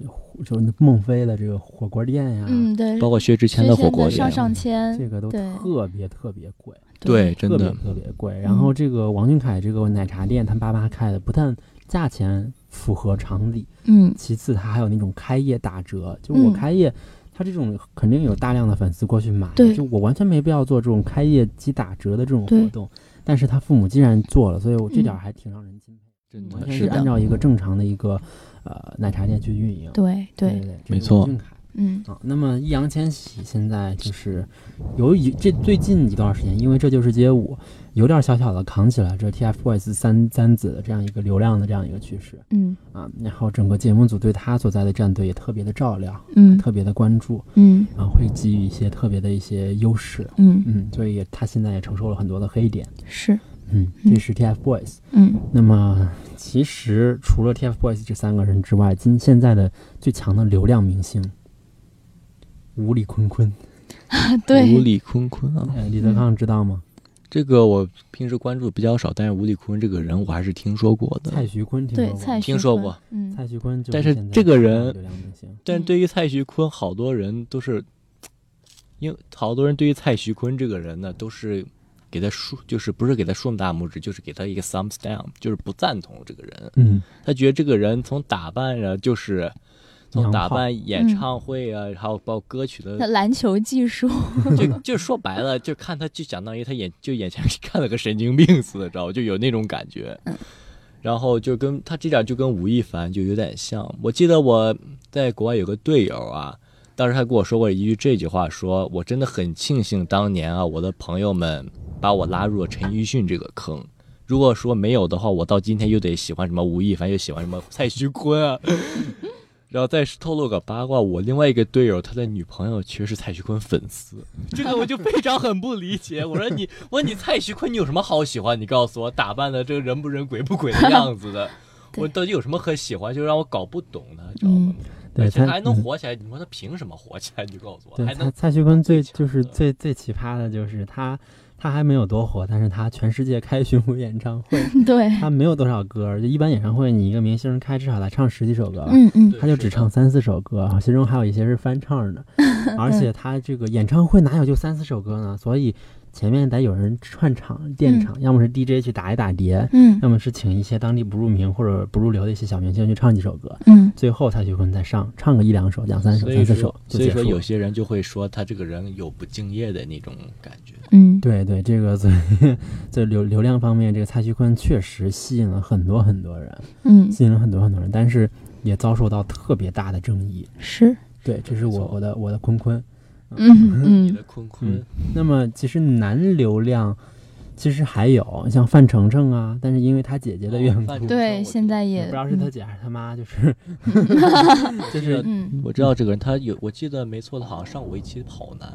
[SPEAKER 3] 就是孟非的这个火锅店呀、
[SPEAKER 4] 嗯对，
[SPEAKER 7] 包括薛之谦
[SPEAKER 4] 之
[SPEAKER 7] 的
[SPEAKER 4] 前
[SPEAKER 7] 火锅也
[SPEAKER 4] 上上签，
[SPEAKER 3] 这个都
[SPEAKER 4] 嗯对
[SPEAKER 3] 特别特别贵，
[SPEAKER 7] 对，真
[SPEAKER 3] 特别
[SPEAKER 7] 的，
[SPEAKER 3] 特别贵。然
[SPEAKER 4] 嗯
[SPEAKER 3] 后这个王俊凯这个奶茶店，他爸妈开的，不但价钱符合常理，
[SPEAKER 4] 嗯
[SPEAKER 3] 其次他还有那种开业打折，就我
[SPEAKER 4] 嗯
[SPEAKER 3] 开业。他这种肯定有大量的粉丝过去买，
[SPEAKER 4] 对
[SPEAKER 3] 就我完全没必要做这种开业即打折的这种活
[SPEAKER 4] 对
[SPEAKER 3] 动，但是他父母既然做了，所以我这
[SPEAKER 4] 嗯
[SPEAKER 3] 点儿还挺让人敬佩，
[SPEAKER 7] 真
[SPEAKER 3] 完
[SPEAKER 7] 的嗯
[SPEAKER 3] 全
[SPEAKER 7] 呃是
[SPEAKER 3] 是按
[SPEAKER 7] 的，
[SPEAKER 3] 照一个正常的一个呃奶茶店去运营，
[SPEAKER 4] 对
[SPEAKER 3] 对
[SPEAKER 4] 对，
[SPEAKER 3] 对，这
[SPEAKER 7] 没
[SPEAKER 3] 是
[SPEAKER 7] 错
[SPEAKER 3] 王俊凯。
[SPEAKER 4] 嗯
[SPEAKER 3] 啊，那么易烊千玺现在就是由于这最近一段时间，因为这就是街舞，有点小小的扛起来这 TFBOYS 三三子的这样一个流量的这样一个趋势
[SPEAKER 4] 嗯
[SPEAKER 3] 啊，然后整个节目组对他所在的战队也特别的照料，
[SPEAKER 4] 嗯
[SPEAKER 3] 特别的关注，
[SPEAKER 4] 嗯
[SPEAKER 3] 然后会给予一些特别的一些优势，
[SPEAKER 4] 嗯
[SPEAKER 3] 嗯，所以也他现在也承受了很多的黑点，
[SPEAKER 4] 是，
[SPEAKER 3] 嗯，这是 TFBOYS。
[SPEAKER 4] 嗯
[SPEAKER 3] 那么，其实除了 TFBOYS 这三个人之外，今现在的最强的流量明星，吴李坤坤，
[SPEAKER 7] 无
[SPEAKER 4] 对，
[SPEAKER 7] 理坤坤啊。
[SPEAKER 3] 呃，李德康知道吗？
[SPEAKER 7] 这个我平时关注比较少，但是吴立坤这个人我还是听说过的。
[SPEAKER 3] 蔡徐坤听说
[SPEAKER 4] 对
[SPEAKER 3] 过吗
[SPEAKER 4] 蔡徐
[SPEAKER 7] 听说
[SPEAKER 4] 坤
[SPEAKER 7] 过，
[SPEAKER 4] 嗯
[SPEAKER 3] 蔡徐坤就
[SPEAKER 7] 但
[SPEAKER 3] 是
[SPEAKER 7] 是
[SPEAKER 3] 现在
[SPEAKER 7] 这个
[SPEAKER 3] 最强
[SPEAKER 7] 人
[SPEAKER 3] 的流量明星，
[SPEAKER 7] 但是对于蔡徐坤，好多人都是，因为好多人对于蔡徐坤这个人呢，都是给他竖，就是不是给他竖大拇指，就是给他一个 thumbs down，就是不赞同这个人。
[SPEAKER 3] 嗯，
[SPEAKER 7] 他觉得这个人从打扮啊，就是从
[SPEAKER 3] 娘
[SPEAKER 7] 打
[SPEAKER 3] 炮嗯
[SPEAKER 7] 扮、演唱会啊，还有包括歌曲
[SPEAKER 4] 他
[SPEAKER 7] 的，
[SPEAKER 4] 篮球技术，
[SPEAKER 7] 就就说白了，就看他就相当于他眼就眼前看了个神经病似的，知道吧？就有那种感觉。然后就跟他这点就跟吴亦凡就有点像。我记得我在国外有个队友啊，当时他跟我说过一句这句话说我真的很庆幸当年啊，我的朋友们把我拉入了陈奕迅这个坑。如果说没有的话，我到今天又得喜欢什么吴亦凡，又喜欢什么蔡徐坤啊。 然后再透露个八卦，我另外一个队友他的女朋友其实是蔡徐坤粉丝，这个我就非常很不理解。我说你，我说你蔡徐坤你有什么好喜欢？你告诉我，打扮的这个人不人鬼不鬼的样子的，
[SPEAKER 4] 对
[SPEAKER 7] 我到底有什么可喜欢？就让我搞不懂他，知道吗
[SPEAKER 4] 嗯？
[SPEAKER 3] 对
[SPEAKER 7] 而且
[SPEAKER 3] 他
[SPEAKER 7] 他还能
[SPEAKER 3] 嗯
[SPEAKER 7] 火起来，你说他凭什么火起来？你就告诉我，
[SPEAKER 3] 对
[SPEAKER 7] 还
[SPEAKER 3] 蔡
[SPEAKER 7] 能嗯
[SPEAKER 3] 蔡徐坤最
[SPEAKER 7] 强
[SPEAKER 3] 就是
[SPEAKER 7] 的
[SPEAKER 3] 最最奇葩的就是他，他还没有多火，但是他全世界开巡回演唱会，
[SPEAKER 4] 对，
[SPEAKER 3] 他没有多少歌，就一般演唱会你一个明星开至少得唱十几首歌吧，
[SPEAKER 4] 嗯嗯，
[SPEAKER 7] 对
[SPEAKER 3] 他就是只
[SPEAKER 7] 的
[SPEAKER 3] 唱三四首歌，其中还有一些是翻唱 的，而且他这个演唱会哪有就三四首歌呢？所以前面得有人串场垫
[SPEAKER 4] 嗯
[SPEAKER 3] 场，要么是 DJ 去打一打碟，
[SPEAKER 4] 嗯
[SPEAKER 3] 要么是请一些当地不入名或者不入流的一些小明星去唱几首歌，
[SPEAKER 4] 嗯，
[SPEAKER 3] 最后蔡徐坤再上唱个一两首、两三首、
[SPEAKER 7] 所以
[SPEAKER 3] 三四
[SPEAKER 7] 说
[SPEAKER 3] 首，就
[SPEAKER 7] 所以
[SPEAKER 3] 结束
[SPEAKER 7] 说
[SPEAKER 3] 了。
[SPEAKER 7] 有些人就会说他这个人有不敬业的那种感觉。
[SPEAKER 4] 嗯，
[SPEAKER 3] 对对，这个在在流流量方面，这个蔡徐坤确实吸引了很多很多人，
[SPEAKER 4] 嗯，
[SPEAKER 3] 吸引了很多很多人，但是也遭受到特别大的争议。
[SPEAKER 4] 是，
[SPEAKER 3] 对，这是我
[SPEAKER 7] 没错
[SPEAKER 3] 我的我的坤坤。
[SPEAKER 4] 嗯
[SPEAKER 7] 你
[SPEAKER 4] 嗯
[SPEAKER 7] 的坤坤，
[SPEAKER 3] 那么其实男流量其实还有像范丞丞啊，但是因为他姐姐的缘故，
[SPEAKER 7] 哦范嗯
[SPEAKER 3] 不
[SPEAKER 7] 丞
[SPEAKER 4] 对，现在也
[SPEAKER 3] 知道是他姐还是他妈，就是就是
[SPEAKER 4] 嗯
[SPEAKER 7] 我知道这个人，他有，我记得没错，他好像上过一期跑男，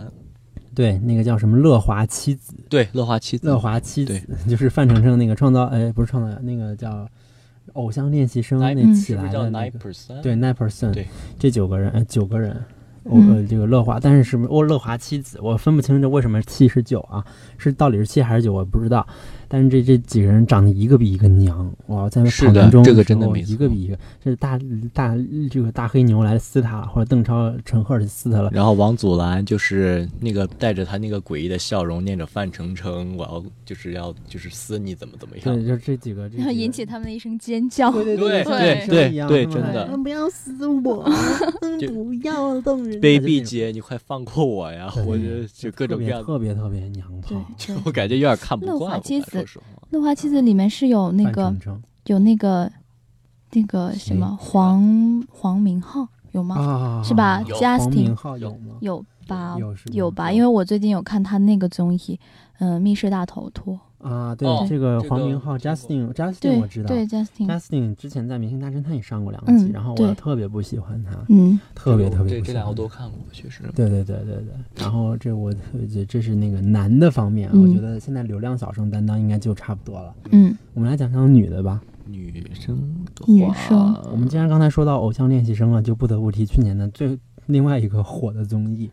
[SPEAKER 3] 对那个叫什么乐华妻子，
[SPEAKER 7] 对，乐华妻子，
[SPEAKER 3] 乐华
[SPEAKER 7] 嗯
[SPEAKER 3] 妻子 就是范丞丞那个创造，哎，不是创造那个叫偶像练习生
[SPEAKER 7] 来
[SPEAKER 3] 那
[SPEAKER 4] 嗯
[SPEAKER 3] 起
[SPEAKER 7] 是不
[SPEAKER 3] 来
[SPEAKER 7] 是叫
[SPEAKER 3] 的那
[SPEAKER 7] Nine
[SPEAKER 3] 个，
[SPEAKER 7] Percent？
[SPEAKER 3] 对 nine percent，
[SPEAKER 7] 对
[SPEAKER 3] 这九个人，哎，九个人。我、
[SPEAKER 4] 嗯
[SPEAKER 3] 呃，这个乐华，但是是不是我乐华七子，我分不清这为什么七十九啊，是到底是七还是九，我不知道。但是这这几个人长得一个比一个娘，哇，在
[SPEAKER 7] 是
[SPEAKER 3] 跑
[SPEAKER 7] 的
[SPEAKER 3] 男中
[SPEAKER 7] 这个
[SPEAKER 3] 时
[SPEAKER 7] 真的
[SPEAKER 3] 候
[SPEAKER 7] 没
[SPEAKER 3] 一个
[SPEAKER 7] 错
[SPEAKER 3] 比一个，这是大大这个大黑牛来撕他了，或者邓超、陈赫撕他了，
[SPEAKER 7] 然后王祖蓝就是那个带着他那个诡异的笑容，念着范丞丞，我要就是要就是撕你怎么怎么
[SPEAKER 3] 对，
[SPEAKER 7] 样，
[SPEAKER 3] 就这几个，这
[SPEAKER 4] 然后
[SPEAKER 3] 几个
[SPEAKER 4] 引起他们的一声尖 叫。
[SPEAKER 3] 对对
[SPEAKER 7] 对
[SPEAKER 4] 对
[SPEAKER 3] 对一样
[SPEAKER 7] 对
[SPEAKER 3] 他
[SPEAKER 7] 真
[SPEAKER 3] 们
[SPEAKER 7] 的
[SPEAKER 3] 嗯不要撕 我，嗯
[SPEAKER 7] 就
[SPEAKER 3] 不要动人
[SPEAKER 7] 卑鄙姐，你快放过我呀！
[SPEAKER 3] 对
[SPEAKER 7] 我就就各种各样的，
[SPEAKER 3] 特别特别娘炮。
[SPEAKER 4] 对，
[SPEAKER 7] 我感觉有点看不
[SPEAKER 4] 乐华
[SPEAKER 7] 惯我，
[SPEAKER 4] 妻子
[SPEAKER 7] 说实话。
[SPEAKER 4] 乐华妻子里面是有那
[SPEAKER 3] 范
[SPEAKER 4] 个
[SPEAKER 3] 丞丞
[SPEAKER 4] 有那个那个什
[SPEAKER 3] 谁
[SPEAKER 4] 么黄黄明昊有吗？
[SPEAKER 3] 啊，
[SPEAKER 4] 是吧
[SPEAKER 7] 有
[SPEAKER 3] 黄明
[SPEAKER 4] ？Justin
[SPEAKER 3] 昊有吗？
[SPEAKER 4] 有吧？
[SPEAKER 3] 有是吗
[SPEAKER 4] 有吧？因为我最近有看他那个综艺，嗯、密室大逃脱。
[SPEAKER 3] 啊，对
[SPEAKER 7] 哦
[SPEAKER 3] 这个
[SPEAKER 7] 这
[SPEAKER 3] 黄
[SPEAKER 7] 个
[SPEAKER 3] 明昊
[SPEAKER 7] 我听
[SPEAKER 3] Justin
[SPEAKER 7] 过
[SPEAKER 3] Justin
[SPEAKER 4] 对
[SPEAKER 3] 我知道
[SPEAKER 4] 对，Justin，
[SPEAKER 3] ，Justin 之前在《明星大侦探》也上过两
[SPEAKER 4] 嗯
[SPEAKER 3] 集，然后我
[SPEAKER 4] 对
[SPEAKER 3] 特别不喜欢他，
[SPEAKER 4] 嗯
[SPEAKER 3] 特别特别
[SPEAKER 7] 这
[SPEAKER 3] 不
[SPEAKER 7] 这
[SPEAKER 3] 喜
[SPEAKER 7] 两个
[SPEAKER 3] 欢
[SPEAKER 7] 都
[SPEAKER 3] 他。
[SPEAKER 7] 看过，确实。
[SPEAKER 3] 对对对对对，然后这我这这是那个男的方面啊，我
[SPEAKER 4] 嗯
[SPEAKER 3] 觉得现在流量小生担当应该就差不多了。
[SPEAKER 4] 嗯
[SPEAKER 3] 我们来讲讲女的吧，
[SPEAKER 7] 女生的话，
[SPEAKER 4] 女生
[SPEAKER 3] 我们既然刚才说到偶像练习生了，就不得不提去年的最另外一个火的综艺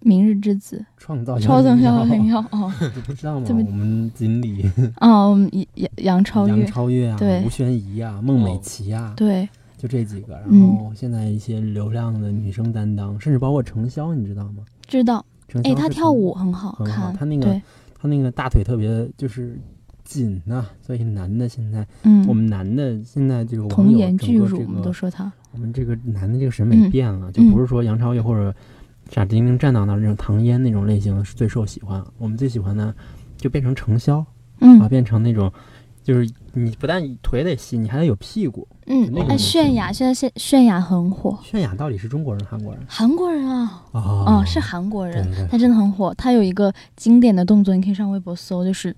[SPEAKER 4] 明日之子
[SPEAKER 3] 《，创造
[SPEAKER 4] 超
[SPEAKER 3] 幺
[SPEAKER 4] 增
[SPEAKER 3] 零幺
[SPEAKER 4] 效零 幺哦
[SPEAKER 3] 知道吗？
[SPEAKER 4] 这么
[SPEAKER 3] 我们锦鲤、
[SPEAKER 4] 哦，嗯杨杨超
[SPEAKER 3] 杨
[SPEAKER 4] 越，
[SPEAKER 3] 超越啊、
[SPEAKER 4] 对嗯
[SPEAKER 3] 吴宣仪啊、孟美岐啊，
[SPEAKER 4] 对，
[SPEAKER 3] 就这几个。然
[SPEAKER 4] 嗯
[SPEAKER 3] 后现在一些流量的女生担当，甚至包括程潇，你知道吗？
[SPEAKER 4] 知道。
[SPEAKER 3] 程潇
[SPEAKER 4] 哎，
[SPEAKER 3] 是
[SPEAKER 4] 她
[SPEAKER 3] 从
[SPEAKER 4] 跳舞很好
[SPEAKER 3] 很好
[SPEAKER 4] 看，
[SPEAKER 3] 她那个
[SPEAKER 4] 对，
[SPEAKER 3] 她那个大腿特别就是紧呐、所以男的现在、
[SPEAKER 4] 嗯，
[SPEAKER 3] 我们男的现在这个网
[SPEAKER 4] 童
[SPEAKER 3] 友
[SPEAKER 4] 颜
[SPEAKER 3] 整
[SPEAKER 4] 巨
[SPEAKER 3] 个
[SPEAKER 4] 乳，
[SPEAKER 3] 这
[SPEAKER 4] 我们
[SPEAKER 3] 个啊
[SPEAKER 4] 都说她。
[SPEAKER 3] 我们这个男的这个审美
[SPEAKER 4] 嗯
[SPEAKER 3] 变了，就不是说杨超越或者傻丁丁、站到那儿那种唐嫣那种类型是最受喜欢，我们最喜欢的就变成程潇啊，
[SPEAKER 4] 嗯
[SPEAKER 3] 变成那种就是你不但腿得细，你还得有屁股。
[SPEAKER 4] 嗯
[SPEAKER 3] 那个，
[SPEAKER 4] 哎，
[SPEAKER 3] 女
[SPEAKER 4] 泫
[SPEAKER 3] 生
[SPEAKER 4] 雅现在泫泫雅很火，
[SPEAKER 3] 泫雅到底是中国人、韩国人？
[SPEAKER 4] 韩国人啊，
[SPEAKER 3] 哦
[SPEAKER 4] 哦，是韩国人
[SPEAKER 3] 对对，
[SPEAKER 4] 他真的很火。他有一个经典的动作，你可以上微博搜，就是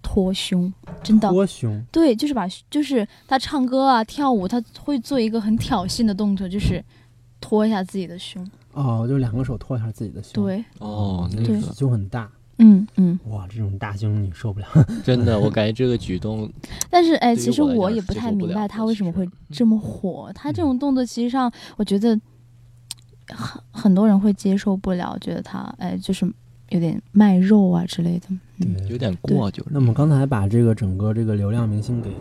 [SPEAKER 4] 托胸，真的，
[SPEAKER 3] 多胸，
[SPEAKER 4] 对，就是把，就是他唱歌啊、跳舞，他会做一个很挑衅的动作，就是托一下自己的胸。
[SPEAKER 3] 哦，就两个手托一下自己的胸。，
[SPEAKER 4] 对，
[SPEAKER 7] 哦，那
[SPEAKER 4] 对
[SPEAKER 7] 个
[SPEAKER 3] 胸很大，
[SPEAKER 4] 嗯嗯。
[SPEAKER 3] 哇，这种大胸你受不了。
[SPEAKER 7] 真的，我感觉这个举动
[SPEAKER 4] 但是哎，
[SPEAKER 7] 对于
[SPEAKER 4] 其实
[SPEAKER 7] 我来
[SPEAKER 4] 我
[SPEAKER 7] 讲
[SPEAKER 4] 也
[SPEAKER 7] 是
[SPEAKER 4] 不
[SPEAKER 7] 接
[SPEAKER 4] 太
[SPEAKER 7] 受不
[SPEAKER 4] 明
[SPEAKER 7] 了
[SPEAKER 4] 白
[SPEAKER 7] 的
[SPEAKER 4] 他为
[SPEAKER 7] 其
[SPEAKER 4] 什么
[SPEAKER 7] 实嗯
[SPEAKER 4] 会这么火。他这种动作其实上，我觉得很很多人会接受不了，觉得他哎就是有点卖肉啊之类的。嗯
[SPEAKER 3] 对
[SPEAKER 7] 有点过，就是
[SPEAKER 3] 那么刚才把这个整个这个流量明星给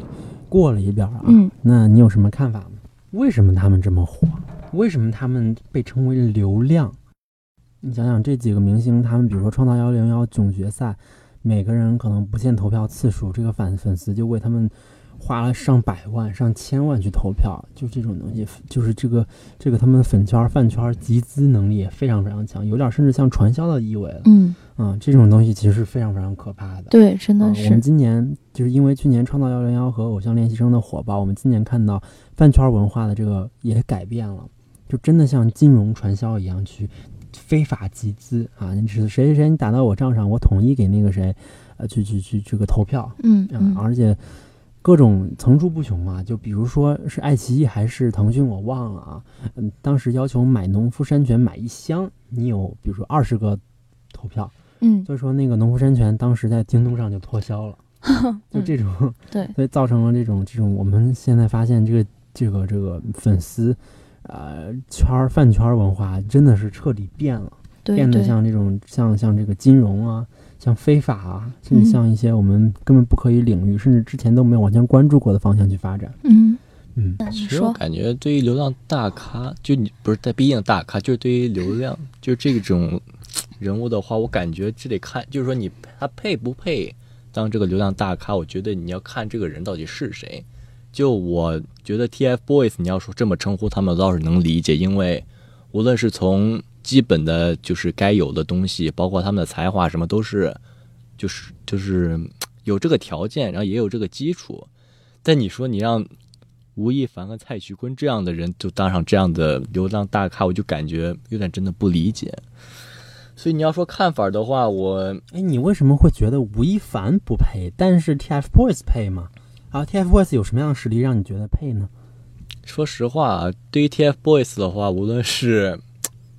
[SPEAKER 3] 过了一遍啊，
[SPEAKER 4] 嗯
[SPEAKER 3] 那你有什么看法吗？为什么他们这么火？为什么他们被称为流量？你想想这几个明星，他们比如说创造幺零幺总决赛，每个人可能不限投票次数，这个粉粉丝就为他们花了上百万、上千万去投票，就这种东西，就是这个这个他们粉圈、饭圈集资能力也非常非常强，有点甚至像传销的意味了。
[SPEAKER 4] 嗯，
[SPEAKER 3] 嗯，这种东西其实是非常非常可怕的。
[SPEAKER 4] 对，真
[SPEAKER 3] 啊
[SPEAKER 4] 的
[SPEAKER 3] 我们
[SPEAKER 4] 是，
[SPEAKER 3] 今年就是因为去年《创造幺零幺》和《偶像练习生》的火爆，我们今年看到饭圈文化的这个也改变了，就真的像金融传销一样去非法集资啊！你是谁谁谁，你打到我账上，我统一给那个谁，呃，去去去这个投票
[SPEAKER 4] 嗯
[SPEAKER 3] 啊！
[SPEAKER 4] 嗯
[SPEAKER 3] 而且各种层出不穷啊！就比如说是爱奇艺还是腾讯，我忘了啊。嗯，当时要求买农夫山泉买一箱，你有比如说二十个投票。
[SPEAKER 4] 嗯，
[SPEAKER 3] 所以说，那个农夫山泉当时在京东上就脱销 了，
[SPEAKER 4] 嗯
[SPEAKER 3] 就这种，
[SPEAKER 4] 对
[SPEAKER 3] 所以造成了这种这种，我们现在发现这个这个这个粉丝，呃圈儿饭圈儿文化真的是彻底变了，
[SPEAKER 4] 对
[SPEAKER 3] 变得
[SPEAKER 4] 对，
[SPEAKER 3] 像这种像像这个金融啊，像非法啊，甚至
[SPEAKER 4] 嗯
[SPEAKER 3] 像一些我们根本不可以领域，甚至之前都没有完全关注过的方向去发展。
[SPEAKER 4] 嗯，
[SPEAKER 3] 嗯，
[SPEAKER 4] 你
[SPEAKER 7] 其实我
[SPEAKER 4] 说，
[SPEAKER 7] 感觉，对于流量大咖，就你不是在毕竟大咖，就是对于流量，就是这种人物的话，我感觉这得看，就是说你他配不配当这个流量大咖，我觉得你要看这个人到底是谁。就我觉得 TFBOYS，你要说这么称呼他们，我倒是能理解，因为无论是从基本的就是该有的东西，包括他们的才华什么，都是就是就是有这个条件，然后也有这个基础。但你说你让吴亦凡和蔡徐坤这样的人就当上这样的流浪大咖，我就感觉有点真的不理解。所以你要说看法的话，我
[SPEAKER 3] 哎，你为什么会觉得吴亦凡不配，但是 TFBOYS 配吗？啊，TFBOYS 有什么样的实力让你觉得配呢？
[SPEAKER 7] 说实话，啊对于 TFBOYS 的话，无论是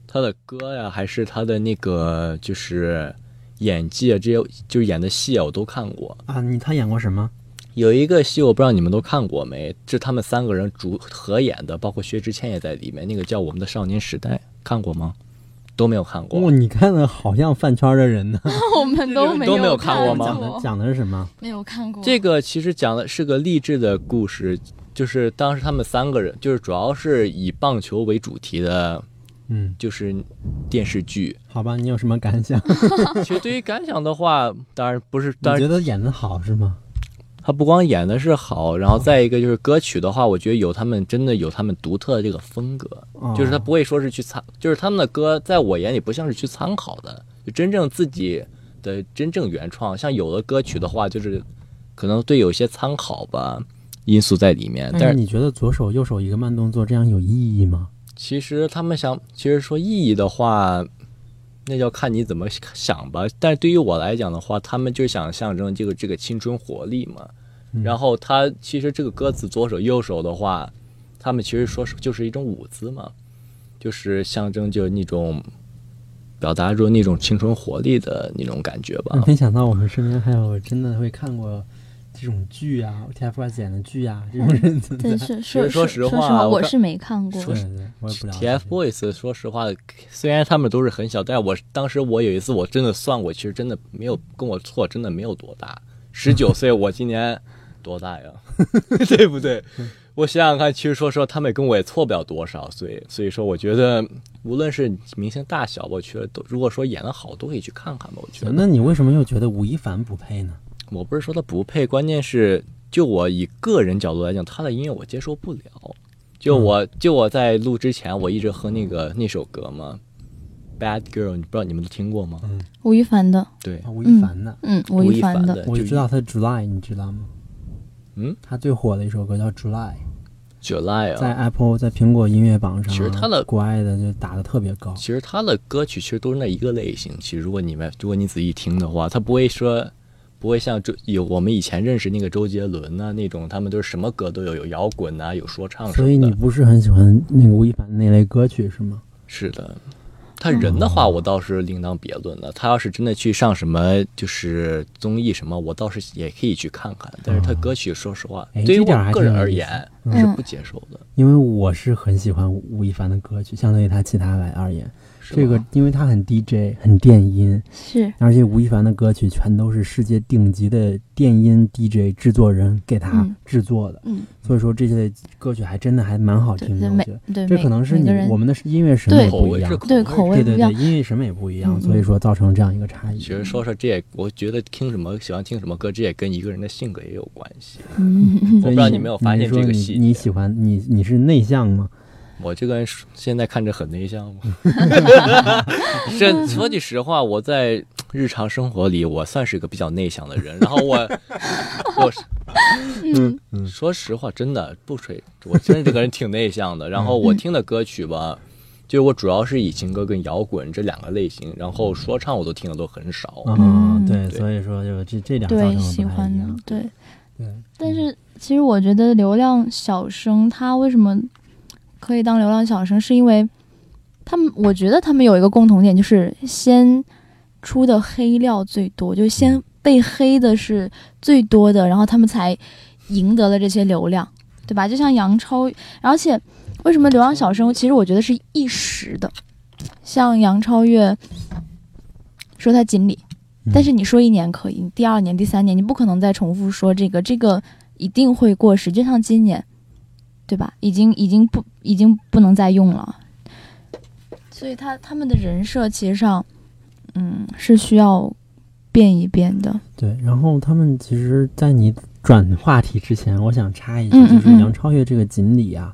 [SPEAKER 7] 他的歌呀，还是他的那个就是演技啊，这些就是演的戏啊，我都看过。
[SPEAKER 3] 啊，你他演过什么？
[SPEAKER 7] 有一个戏，我不知道你们都看过没，这他们三个人主合演的，包括薛之谦也在里面，那个叫《我们的少年时代》，看过吗？都没有看过。
[SPEAKER 3] 哦，你看的好像饭圈的 人呢。
[SPEAKER 4] 我们都没
[SPEAKER 7] 都没有看
[SPEAKER 4] 看
[SPEAKER 7] 过吗
[SPEAKER 3] 讲 的讲的是什么？
[SPEAKER 4] 没有看过
[SPEAKER 7] 这个其实讲的是个励志的故事，就是当时他们三个人，就是主要是以棒球为主题的，
[SPEAKER 3] 嗯，
[SPEAKER 7] 就是电视剧。
[SPEAKER 3] 好吧，你有什么感想？你
[SPEAKER 7] 其实对于感想的话，当然不是，当然
[SPEAKER 3] 觉得演的好是吗？
[SPEAKER 7] 他不光演的是好，然后再一个就是歌曲的话，我觉得有他们真的有他们独特的这个风格，
[SPEAKER 3] 哦
[SPEAKER 7] 就是他不会说是去参，就是他们的歌在我眼里不像是去参考的，就真正自己的真正原创。像有的歌曲的话，就是可能对有些参考吧因素在里面，但
[SPEAKER 3] 但
[SPEAKER 7] 是
[SPEAKER 3] 是你觉得左手右手一个慢动作这样有意义吗？
[SPEAKER 7] 其实他们想，其实说意义的话，那要看你怎么想吧。但是对于我来讲的话，他们就想象征这个这个青春活力嘛。然后他其实这个歌词左手右手的话，他们其实说是就是一种舞姿嘛，就是象征就是那种表达出那种青春活力的那种感觉吧。
[SPEAKER 3] 没想到我们身边还有真的会看过这种剧啊，TFBOYS 演的剧啊，这种人 存在
[SPEAKER 4] 真。是说
[SPEAKER 7] 实说
[SPEAKER 4] 实
[SPEAKER 7] 实话
[SPEAKER 4] 话，
[SPEAKER 7] 我
[SPEAKER 4] 我
[SPEAKER 7] 看
[SPEAKER 4] 是没看过。
[SPEAKER 3] 对对，我也不了解。
[SPEAKER 7] TFBOYS，说实话，虽然他们都是很小，但是我当时我有一次我真的算过，其实真的没有跟我错，真的没有多大。十 九岁，我今年多大呀？ 对不对？我想想看，其实说实话，他们跟我也错不了多少岁，所以说我觉得无论是明星大小吧，我觉得都如果说演得好，都可以去看看吧。我觉
[SPEAKER 3] 行
[SPEAKER 7] 得，
[SPEAKER 3] 那你为什么又觉得吴亦凡不配呢？
[SPEAKER 7] 我不是说他不配，关键是就我以个人角度来讲，他的音乐我接受不了。就
[SPEAKER 4] 嗯
[SPEAKER 7] 我就我在录之前，我一直和那个那首歌嘛，《Bad Girl》，你不知道你们都听过吗？
[SPEAKER 4] 吴亦凡的，
[SPEAKER 7] 对
[SPEAKER 3] 啊，，吴亦凡的，
[SPEAKER 4] 嗯，吴
[SPEAKER 7] 吴
[SPEAKER 4] 亦
[SPEAKER 7] 亦
[SPEAKER 4] 凡
[SPEAKER 7] 凡
[SPEAKER 4] 的，
[SPEAKER 3] 我
[SPEAKER 7] 就
[SPEAKER 3] 知道他 July，你知道吗？
[SPEAKER 7] 嗯，
[SPEAKER 3] 他最火的一首歌叫 July，
[SPEAKER 7] July
[SPEAKER 3] 在
[SPEAKER 7] 啊。
[SPEAKER 3] Apple 在苹果音乐榜上啊，
[SPEAKER 7] 其实他的
[SPEAKER 3] 国外的就打的特别高。
[SPEAKER 7] 其实他的歌曲其实都是那一个类型。其实如果你们如果你仔细听的话，他不会说不会像周有我们以前认识那个周杰伦呐、那种，他们都是什么歌都有，有摇滚呐、有说唱什
[SPEAKER 3] 所以
[SPEAKER 7] 么
[SPEAKER 3] 你
[SPEAKER 7] 的。
[SPEAKER 3] 不是很喜欢那个吴亦凡那类歌曲是吗？
[SPEAKER 7] 是的，他人的
[SPEAKER 3] 嗯
[SPEAKER 7] 话，我倒是另当别论了。他要是真的去上什么就是综艺什么，我倒是也可以去看看。但是他歌曲，说实话
[SPEAKER 3] 嗯哎，
[SPEAKER 7] 对于
[SPEAKER 3] 这点还
[SPEAKER 7] 我
[SPEAKER 3] 挺
[SPEAKER 7] 个人
[SPEAKER 3] 有
[SPEAKER 7] 而
[SPEAKER 3] 意思
[SPEAKER 7] 言
[SPEAKER 4] 嗯
[SPEAKER 7] 是不接受的。
[SPEAKER 3] 因为我是很喜欢吴亦凡的歌曲，相对于他其他来而言，
[SPEAKER 7] 是
[SPEAKER 3] 这个
[SPEAKER 7] 吧
[SPEAKER 3] 因为他很 DJ 很电音，
[SPEAKER 4] 是
[SPEAKER 3] 而且吴亦凡的歌曲全都是世界顶级的电音 DJ 制作人给他
[SPEAKER 4] 嗯
[SPEAKER 3] 制作的，
[SPEAKER 4] 嗯，
[SPEAKER 3] 所以说这些歌曲还真的还蛮好
[SPEAKER 4] 对
[SPEAKER 3] 哦听
[SPEAKER 4] 对
[SPEAKER 3] 的，我
[SPEAKER 4] 每
[SPEAKER 3] 觉得
[SPEAKER 4] 对
[SPEAKER 3] 这
[SPEAKER 4] 每
[SPEAKER 3] 可能是
[SPEAKER 4] 每
[SPEAKER 3] 你
[SPEAKER 4] 个人
[SPEAKER 3] 我们的音乐审美
[SPEAKER 4] 对
[SPEAKER 7] 口
[SPEAKER 3] 不一
[SPEAKER 7] 味
[SPEAKER 3] 样
[SPEAKER 7] 是，口
[SPEAKER 4] 对
[SPEAKER 7] 味
[SPEAKER 4] 口味
[SPEAKER 3] 对
[SPEAKER 4] 不
[SPEAKER 3] 对
[SPEAKER 4] 一
[SPEAKER 3] 对，
[SPEAKER 4] 样，
[SPEAKER 3] 音乐审美不一样，
[SPEAKER 4] 嗯
[SPEAKER 3] 所以说造成这样一个差异。
[SPEAKER 7] 其实说说这也，我觉得听什么喜欢听什么歌，这也跟一个人的性格也有关系。
[SPEAKER 4] 嗯，
[SPEAKER 7] 我不知道你有没有发现这个
[SPEAKER 3] 戏，
[SPEAKER 7] 细
[SPEAKER 3] 你
[SPEAKER 7] 节。
[SPEAKER 3] 喜欢你你是内向吗？
[SPEAKER 7] 我这个人是现在看着很内向吗？这说句实话，我在日常生活里，我算是个比较内向的人。然后 我，我是，
[SPEAKER 4] 嗯
[SPEAKER 7] 嗯说实话，真的不吹，我真是这个人挺内向的。然后
[SPEAKER 4] 嗯
[SPEAKER 7] 我听的歌曲吧，就是我主要是以情歌跟摇滚这两个类型，然
[SPEAKER 4] 嗯
[SPEAKER 7] 后说唱我都听的都很少。
[SPEAKER 3] 啊，对，
[SPEAKER 7] 对
[SPEAKER 3] 所以说就这这点造成
[SPEAKER 4] 对，
[SPEAKER 3] 了
[SPEAKER 4] 喜
[SPEAKER 3] 不太
[SPEAKER 4] 欢
[SPEAKER 3] 一样。
[SPEAKER 4] 对。
[SPEAKER 3] 对，
[SPEAKER 4] 但是其实我觉得流量小生他为什么可以当流量小生，是因为他们，我觉得他们有一个共同点，就是先出的黑料最多，就先被黑的是最多的，然后他们才赢得了这些流量，对吧？就像杨超，而且为什么流浪小生？其实我觉得是一时的，像杨超越说他锦鲤，
[SPEAKER 3] 嗯
[SPEAKER 4] 但是你说一年可以，你第二年、第三年，你不可能再重复说这个，这个一定会过时。就像今年，对吧？已经已经不已经不能再用了，所以他他们的人设其实上，嗯，是需要变一变的。
[SPEAKER 3] 对，然后他们其实，在你转话题之前，我想插一句，
[SPEAKER 4] 嗯嗯
[SPEAKER 3] 就是
[SPEAKER 4] 嗯
[SPEAKER 3] 杨超越这个锦鲤啊，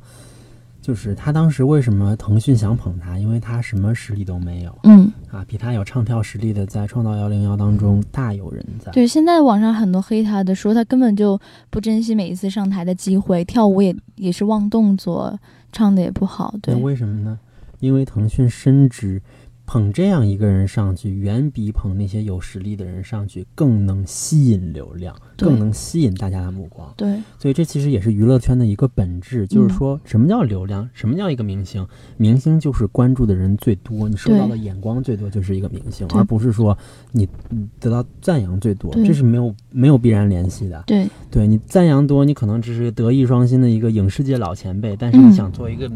[SPEAKER 3] 就是他当时为什么腾讯想捧他，因为他什么实力都没有
[SPEAKER 4] 嗯，
[SPEAKER 3] 啊，比他有唱跳实力的，在《创造幺零幺》当中大有人在。
[SPEAKER 4] 对，现在网上很多黑他的说他根本就不珍惜每一次上台的机会，跳舞也也是忘动作，唱的也不好。对
[SPEAKER 3] 那，为什么呢？因为腾讯深知捧这样一个人上去，远比捧那些有实力的人上去更能吸引流量，
[SPEAKER 4] 对
[SPEAKER 3] 更能吸引大家的目光。
[SPEAKER 4] 对，
[SPEAKER 3] 所以这其实也是娱乐圈的一个本
[SPEAKER 4] 嗯
[SPEAKER 3] 质，就是说什么叫流量，什么叫一个明星？明星就是关注的人最多，你受
[SPEAKER 4] 对
[SPEAKER 3] 到的眼光最多，就是一个明星，
[SPEAKER 4] 对
[SPEAKER 3] 而不是说你嗯得到赞扬最多，
[SPEAKER 4] 对
[SPEAKER 3] 这是没有没有必然联系的。
[SPEAKER 4] 对，
[SPEAKER 3] 对你赞扬多，你可能只是德艺双馨的一个影视界老前辈，但是你
[SPEAKER 4] 嗯
[SPEAKER 3] 想做一个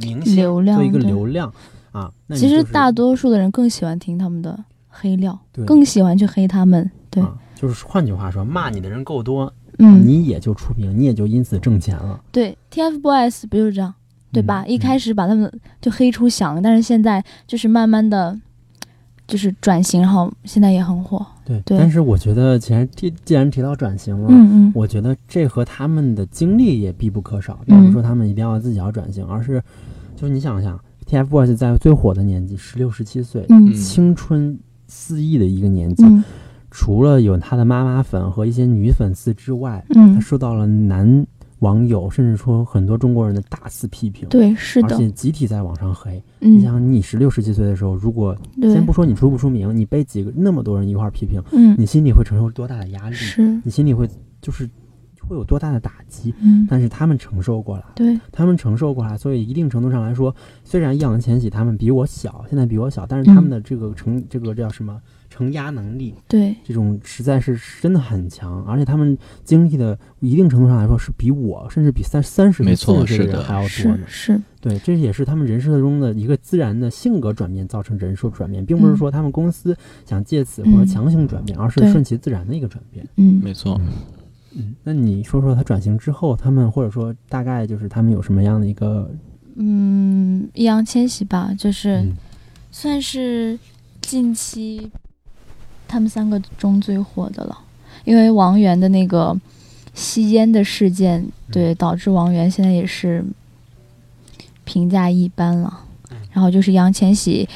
[SPEAKER 3] 明星，
[SPEAKER 4] 流量
[SPEAKER 3] 做一个
[SPEAKER 4] 对
[SPEAKER 3] 流量啊，那你
[SPEAKER 4] 其实
[SPEAKER 3] 就是
[SPEAKER 4] 大多数的人更喜欢听他们的黑料
[SPEAKER 3] 对，
[SPEAKER 4] 更喜欢去黑他们。对，
[SPEAKER 3] 啊，就是换句话说，骂你的人够多，
[SPEAKER 4] 嗯，
[SPEAKER 3] 你也就出名，你也就因此挣钱了，
[SPEAKER 4] 对，TFBOYS 不就是这样，对吧？
[SPEAKER 3] 嗯
[SPEAKER 4] 一开
[SPEAKER 3] 嗯
[SPEAKER 4] 始把他们就黑出翔，但是现在就是慢慢的，就是转型，然后现在也很火。
[SPEAKER 3] 对，
[SPEAKER 4] 对
[SPEAKER 3] 但是我觉得，既然既既然提到转型了，
[SPEAKER 4] 嗯嗯，
[SPEAKER 3] 我觉得这和他们的经历也必不可
[SPEAKER 4] 嗯
[SPEAKER 3] 少，并不是说他们一定要自己要转型，而是就是你想想，TFBOYS 在最火的年纪，十六十七岁，
[SPEAKER 4] 嗯
[SPEAKER 3] 青春肆意的一个年纪，
[SPEAKER 4] 嗯
[SPEAKER 3] 除了有他的妈妈粉和一些女粉丝之外，他
[SPEAKER 4] 嗯，
[SPEAKER 3] 受到了男网友甚至说很多中国人的大肆批评，
[SPEAKER 4] 对，是的
[SPEAKER 3] 而，且集体在网上黑。你
[SPEAKER 4] 嗯，
[SPEAKER 3] 想，你十六十七岁的时候，如果
[SPEAKER 4] 对
[SPEAKER 3] 先，不说你出不出名，你被几个那么多人一块儿批评，
[SPEAKER 4] 嗯，
[SPEAKER 3] 你心里会承受多大的压力？
[SPEAKER 4] 是，
[SPEAKER 3] 你心里会就是会有多大的打击？
[SPEAKER 4] 嗯，
[SPEAKER 3] 但是他们承受过了，
[SPEAKER 4] 对，
[SPEAKER 3] 他们承受过了，所以一定程度上来说，虽然易烊千玺他们比我小，现在比我小，但是他们的这个承、这个叫什么承压能力，
[SPEAKER 4] 对，
[SPEAKER 3] 这种实在是真的很强，而且他们经历的一定程度上来说是比我甚至比三三十
[SPEAKER 7] 没
[SPEAKER 3] 岁、
[SPEAKER 7] 错
[SPEAKER 3] 40岁的
[SPEAKER 7] 是的
[SPEAKER 3] 人还要多
[SPEAKER 4] 是
[SPEAKER 3] 呢。
[SPEAKER 4] 是，
[SPEAKER 3] 对，这也是他们人设中的一个自然的性格转变造成人设转变，并不是
[SPEAKER 4] 嗯
[SPEAKER 3] 说他们公司想借此或者
[SPEAKER 4] 嗯
[SPEAKER 3] 强行转变，而是
[SPEAKER 4] 对
[SPEAKER 3] 顺其自然的一个转变。
[SPEAKER 4] 嗯，
[SPEAKER 7] 没错。
[SPEAKER 3] 嗯，那你说说他转型之后，他们或者说大概就是他们有什么样的一个
[SPEAKER 4] 嗯，易烊千玺吧，就是
[SPEAKER 3] 嗯
[SPEAKER 4] 算是近期他们三个中最火的了，因为王源的那个吸烟的事件，对，导致王源现在也是评价一般了。然后就是易烊千玺，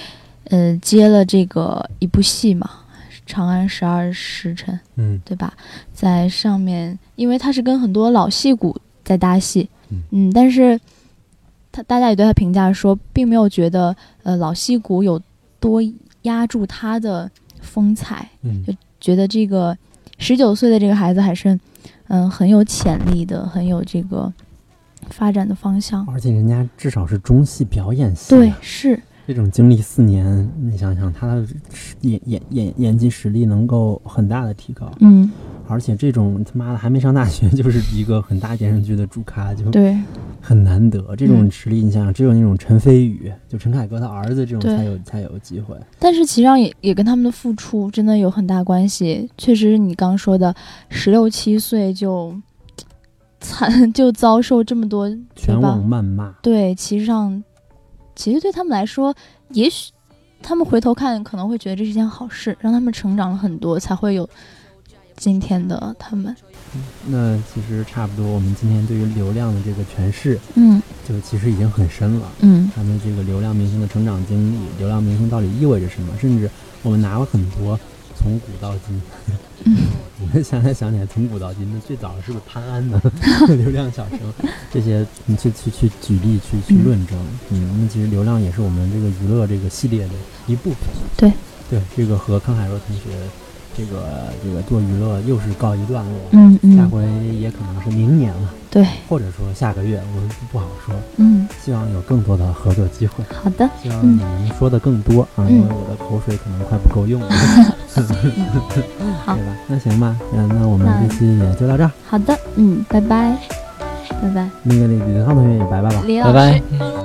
[SPEAKER 4] 呃，接了这个一部戏嘛，《长安十二时辰》。
[SPEAKER 3] 嗯
[SPEAKER 4] 对吧？在上面，因为他是跟很多老戏骨在搭戏，
[SPEAKER 3] 嗯
[SPEAKER 4] 但是他大家也对他评价说，并没有觉得呃老戏骨有多压住他的风采，
[SPEAKER 3] 嗯
[SPEAKER 4] 觉得这个十九岁的这个孩子还是嗯、很有潜力的，很有这个发展的方向。
[SPEAKER 3] 而且人家至少是中戏表演系、啊，
[SPEAKER 4] 对，是，
[SPEAKER 3] 这种经历四年，你想想他的实演演演演技实力能够很大的提高，
[SPEAKER 4] 嗯，
[SPEAKER 3] 而且这种他妈的还没上大学 就是一个很大电视剧的主咖，就
[SPEAKER 4] 对，嗯
[SPEAKER 3] 很难得。这种实力，你想想，只有那种陈飞宇，就陈凯歌他儿子这种
[SPEAKER 4] 对
[SPEAKER 3] 才有才有机会。
[SPEAKER 4] 但是其实上也也跟他们的付出真的有很大关系。确实，你刚说的，十六七岁就惨 就遭受这么多，
[SPEAKER 3] 全
[SPEAKER 4] 对吧
[SPEAKER 3] 网谩骂，
[SPEAKER 4] 对，其实上其实对他们来说，也许他们回头看可能会觉得这是件好事，让他们成长了很多，才会有今天的他们。
[SPEAKER 3] 那其实差不多，我们今天对于流量的这个诠释，
[SPEAKER 4] 嗯
[SPEAKER 3] 就其实已经很深了。
[SPEAKER 4] 嗯，
[SPEAKER 3] 他们这个流量明星的成长经历，流量明星到底意味着什么？甚至我们拿了很多从古到今，
[SPEAKER 4] 嗯
[SPEAKER 3] 我们现在想起来从古到今，那最早是不是潘安 呢？流量小生这些，你去去去举例去去
[SPEAKER 4] 嗯
[SPEAKER 3] 论证，嗯，那其实流量也是我们这个娱乐这个系列的一部分。
[SPEAKER 4] 对
[SPEAKER 3] 对，这个和康海若同学这个这个做娱乐又是告一段落，
[SPEAKER 4] 嗯
[SPEAKER 3] 下
[SPEAKER 4] 嗯，
[SPEAKER 3] 回也可能是明年了，
[SPEAKER 4] 对，
[SPEAKER 3] 或者说下个月，我们不好说。
[SPEAKER 4] 嗯，
[SPEAKER 3] 希望有更多的合作机会。
[SPEAKER 4] 好的，
[SPEAKER 3] 希望你能说的更多啊，
[SPEAKER 4] 嗯
[SPEAKER 3] 因为我的口水可能快不够用了，
[SPEAKER 4] 好
[SPEAKER 3] 对吧？那行吧，那那我们
[SPEAKER 4] 那
[SPEAKER 3] 这期也就到这儿。
[SPEAKER 4] 好的，嗯，拜拜。
[SPEAKER 1] Bye.
[SPEAKER 3] 拜拜，
[SPEAKER 8] 那个李李同学也拜拜吧。
[SPEAKER 3] 李
[SPEAKER 4] 拜
[SPEAKER 3] 老师
[SPEAKER 4] 拜。
[SPEAKER 7] But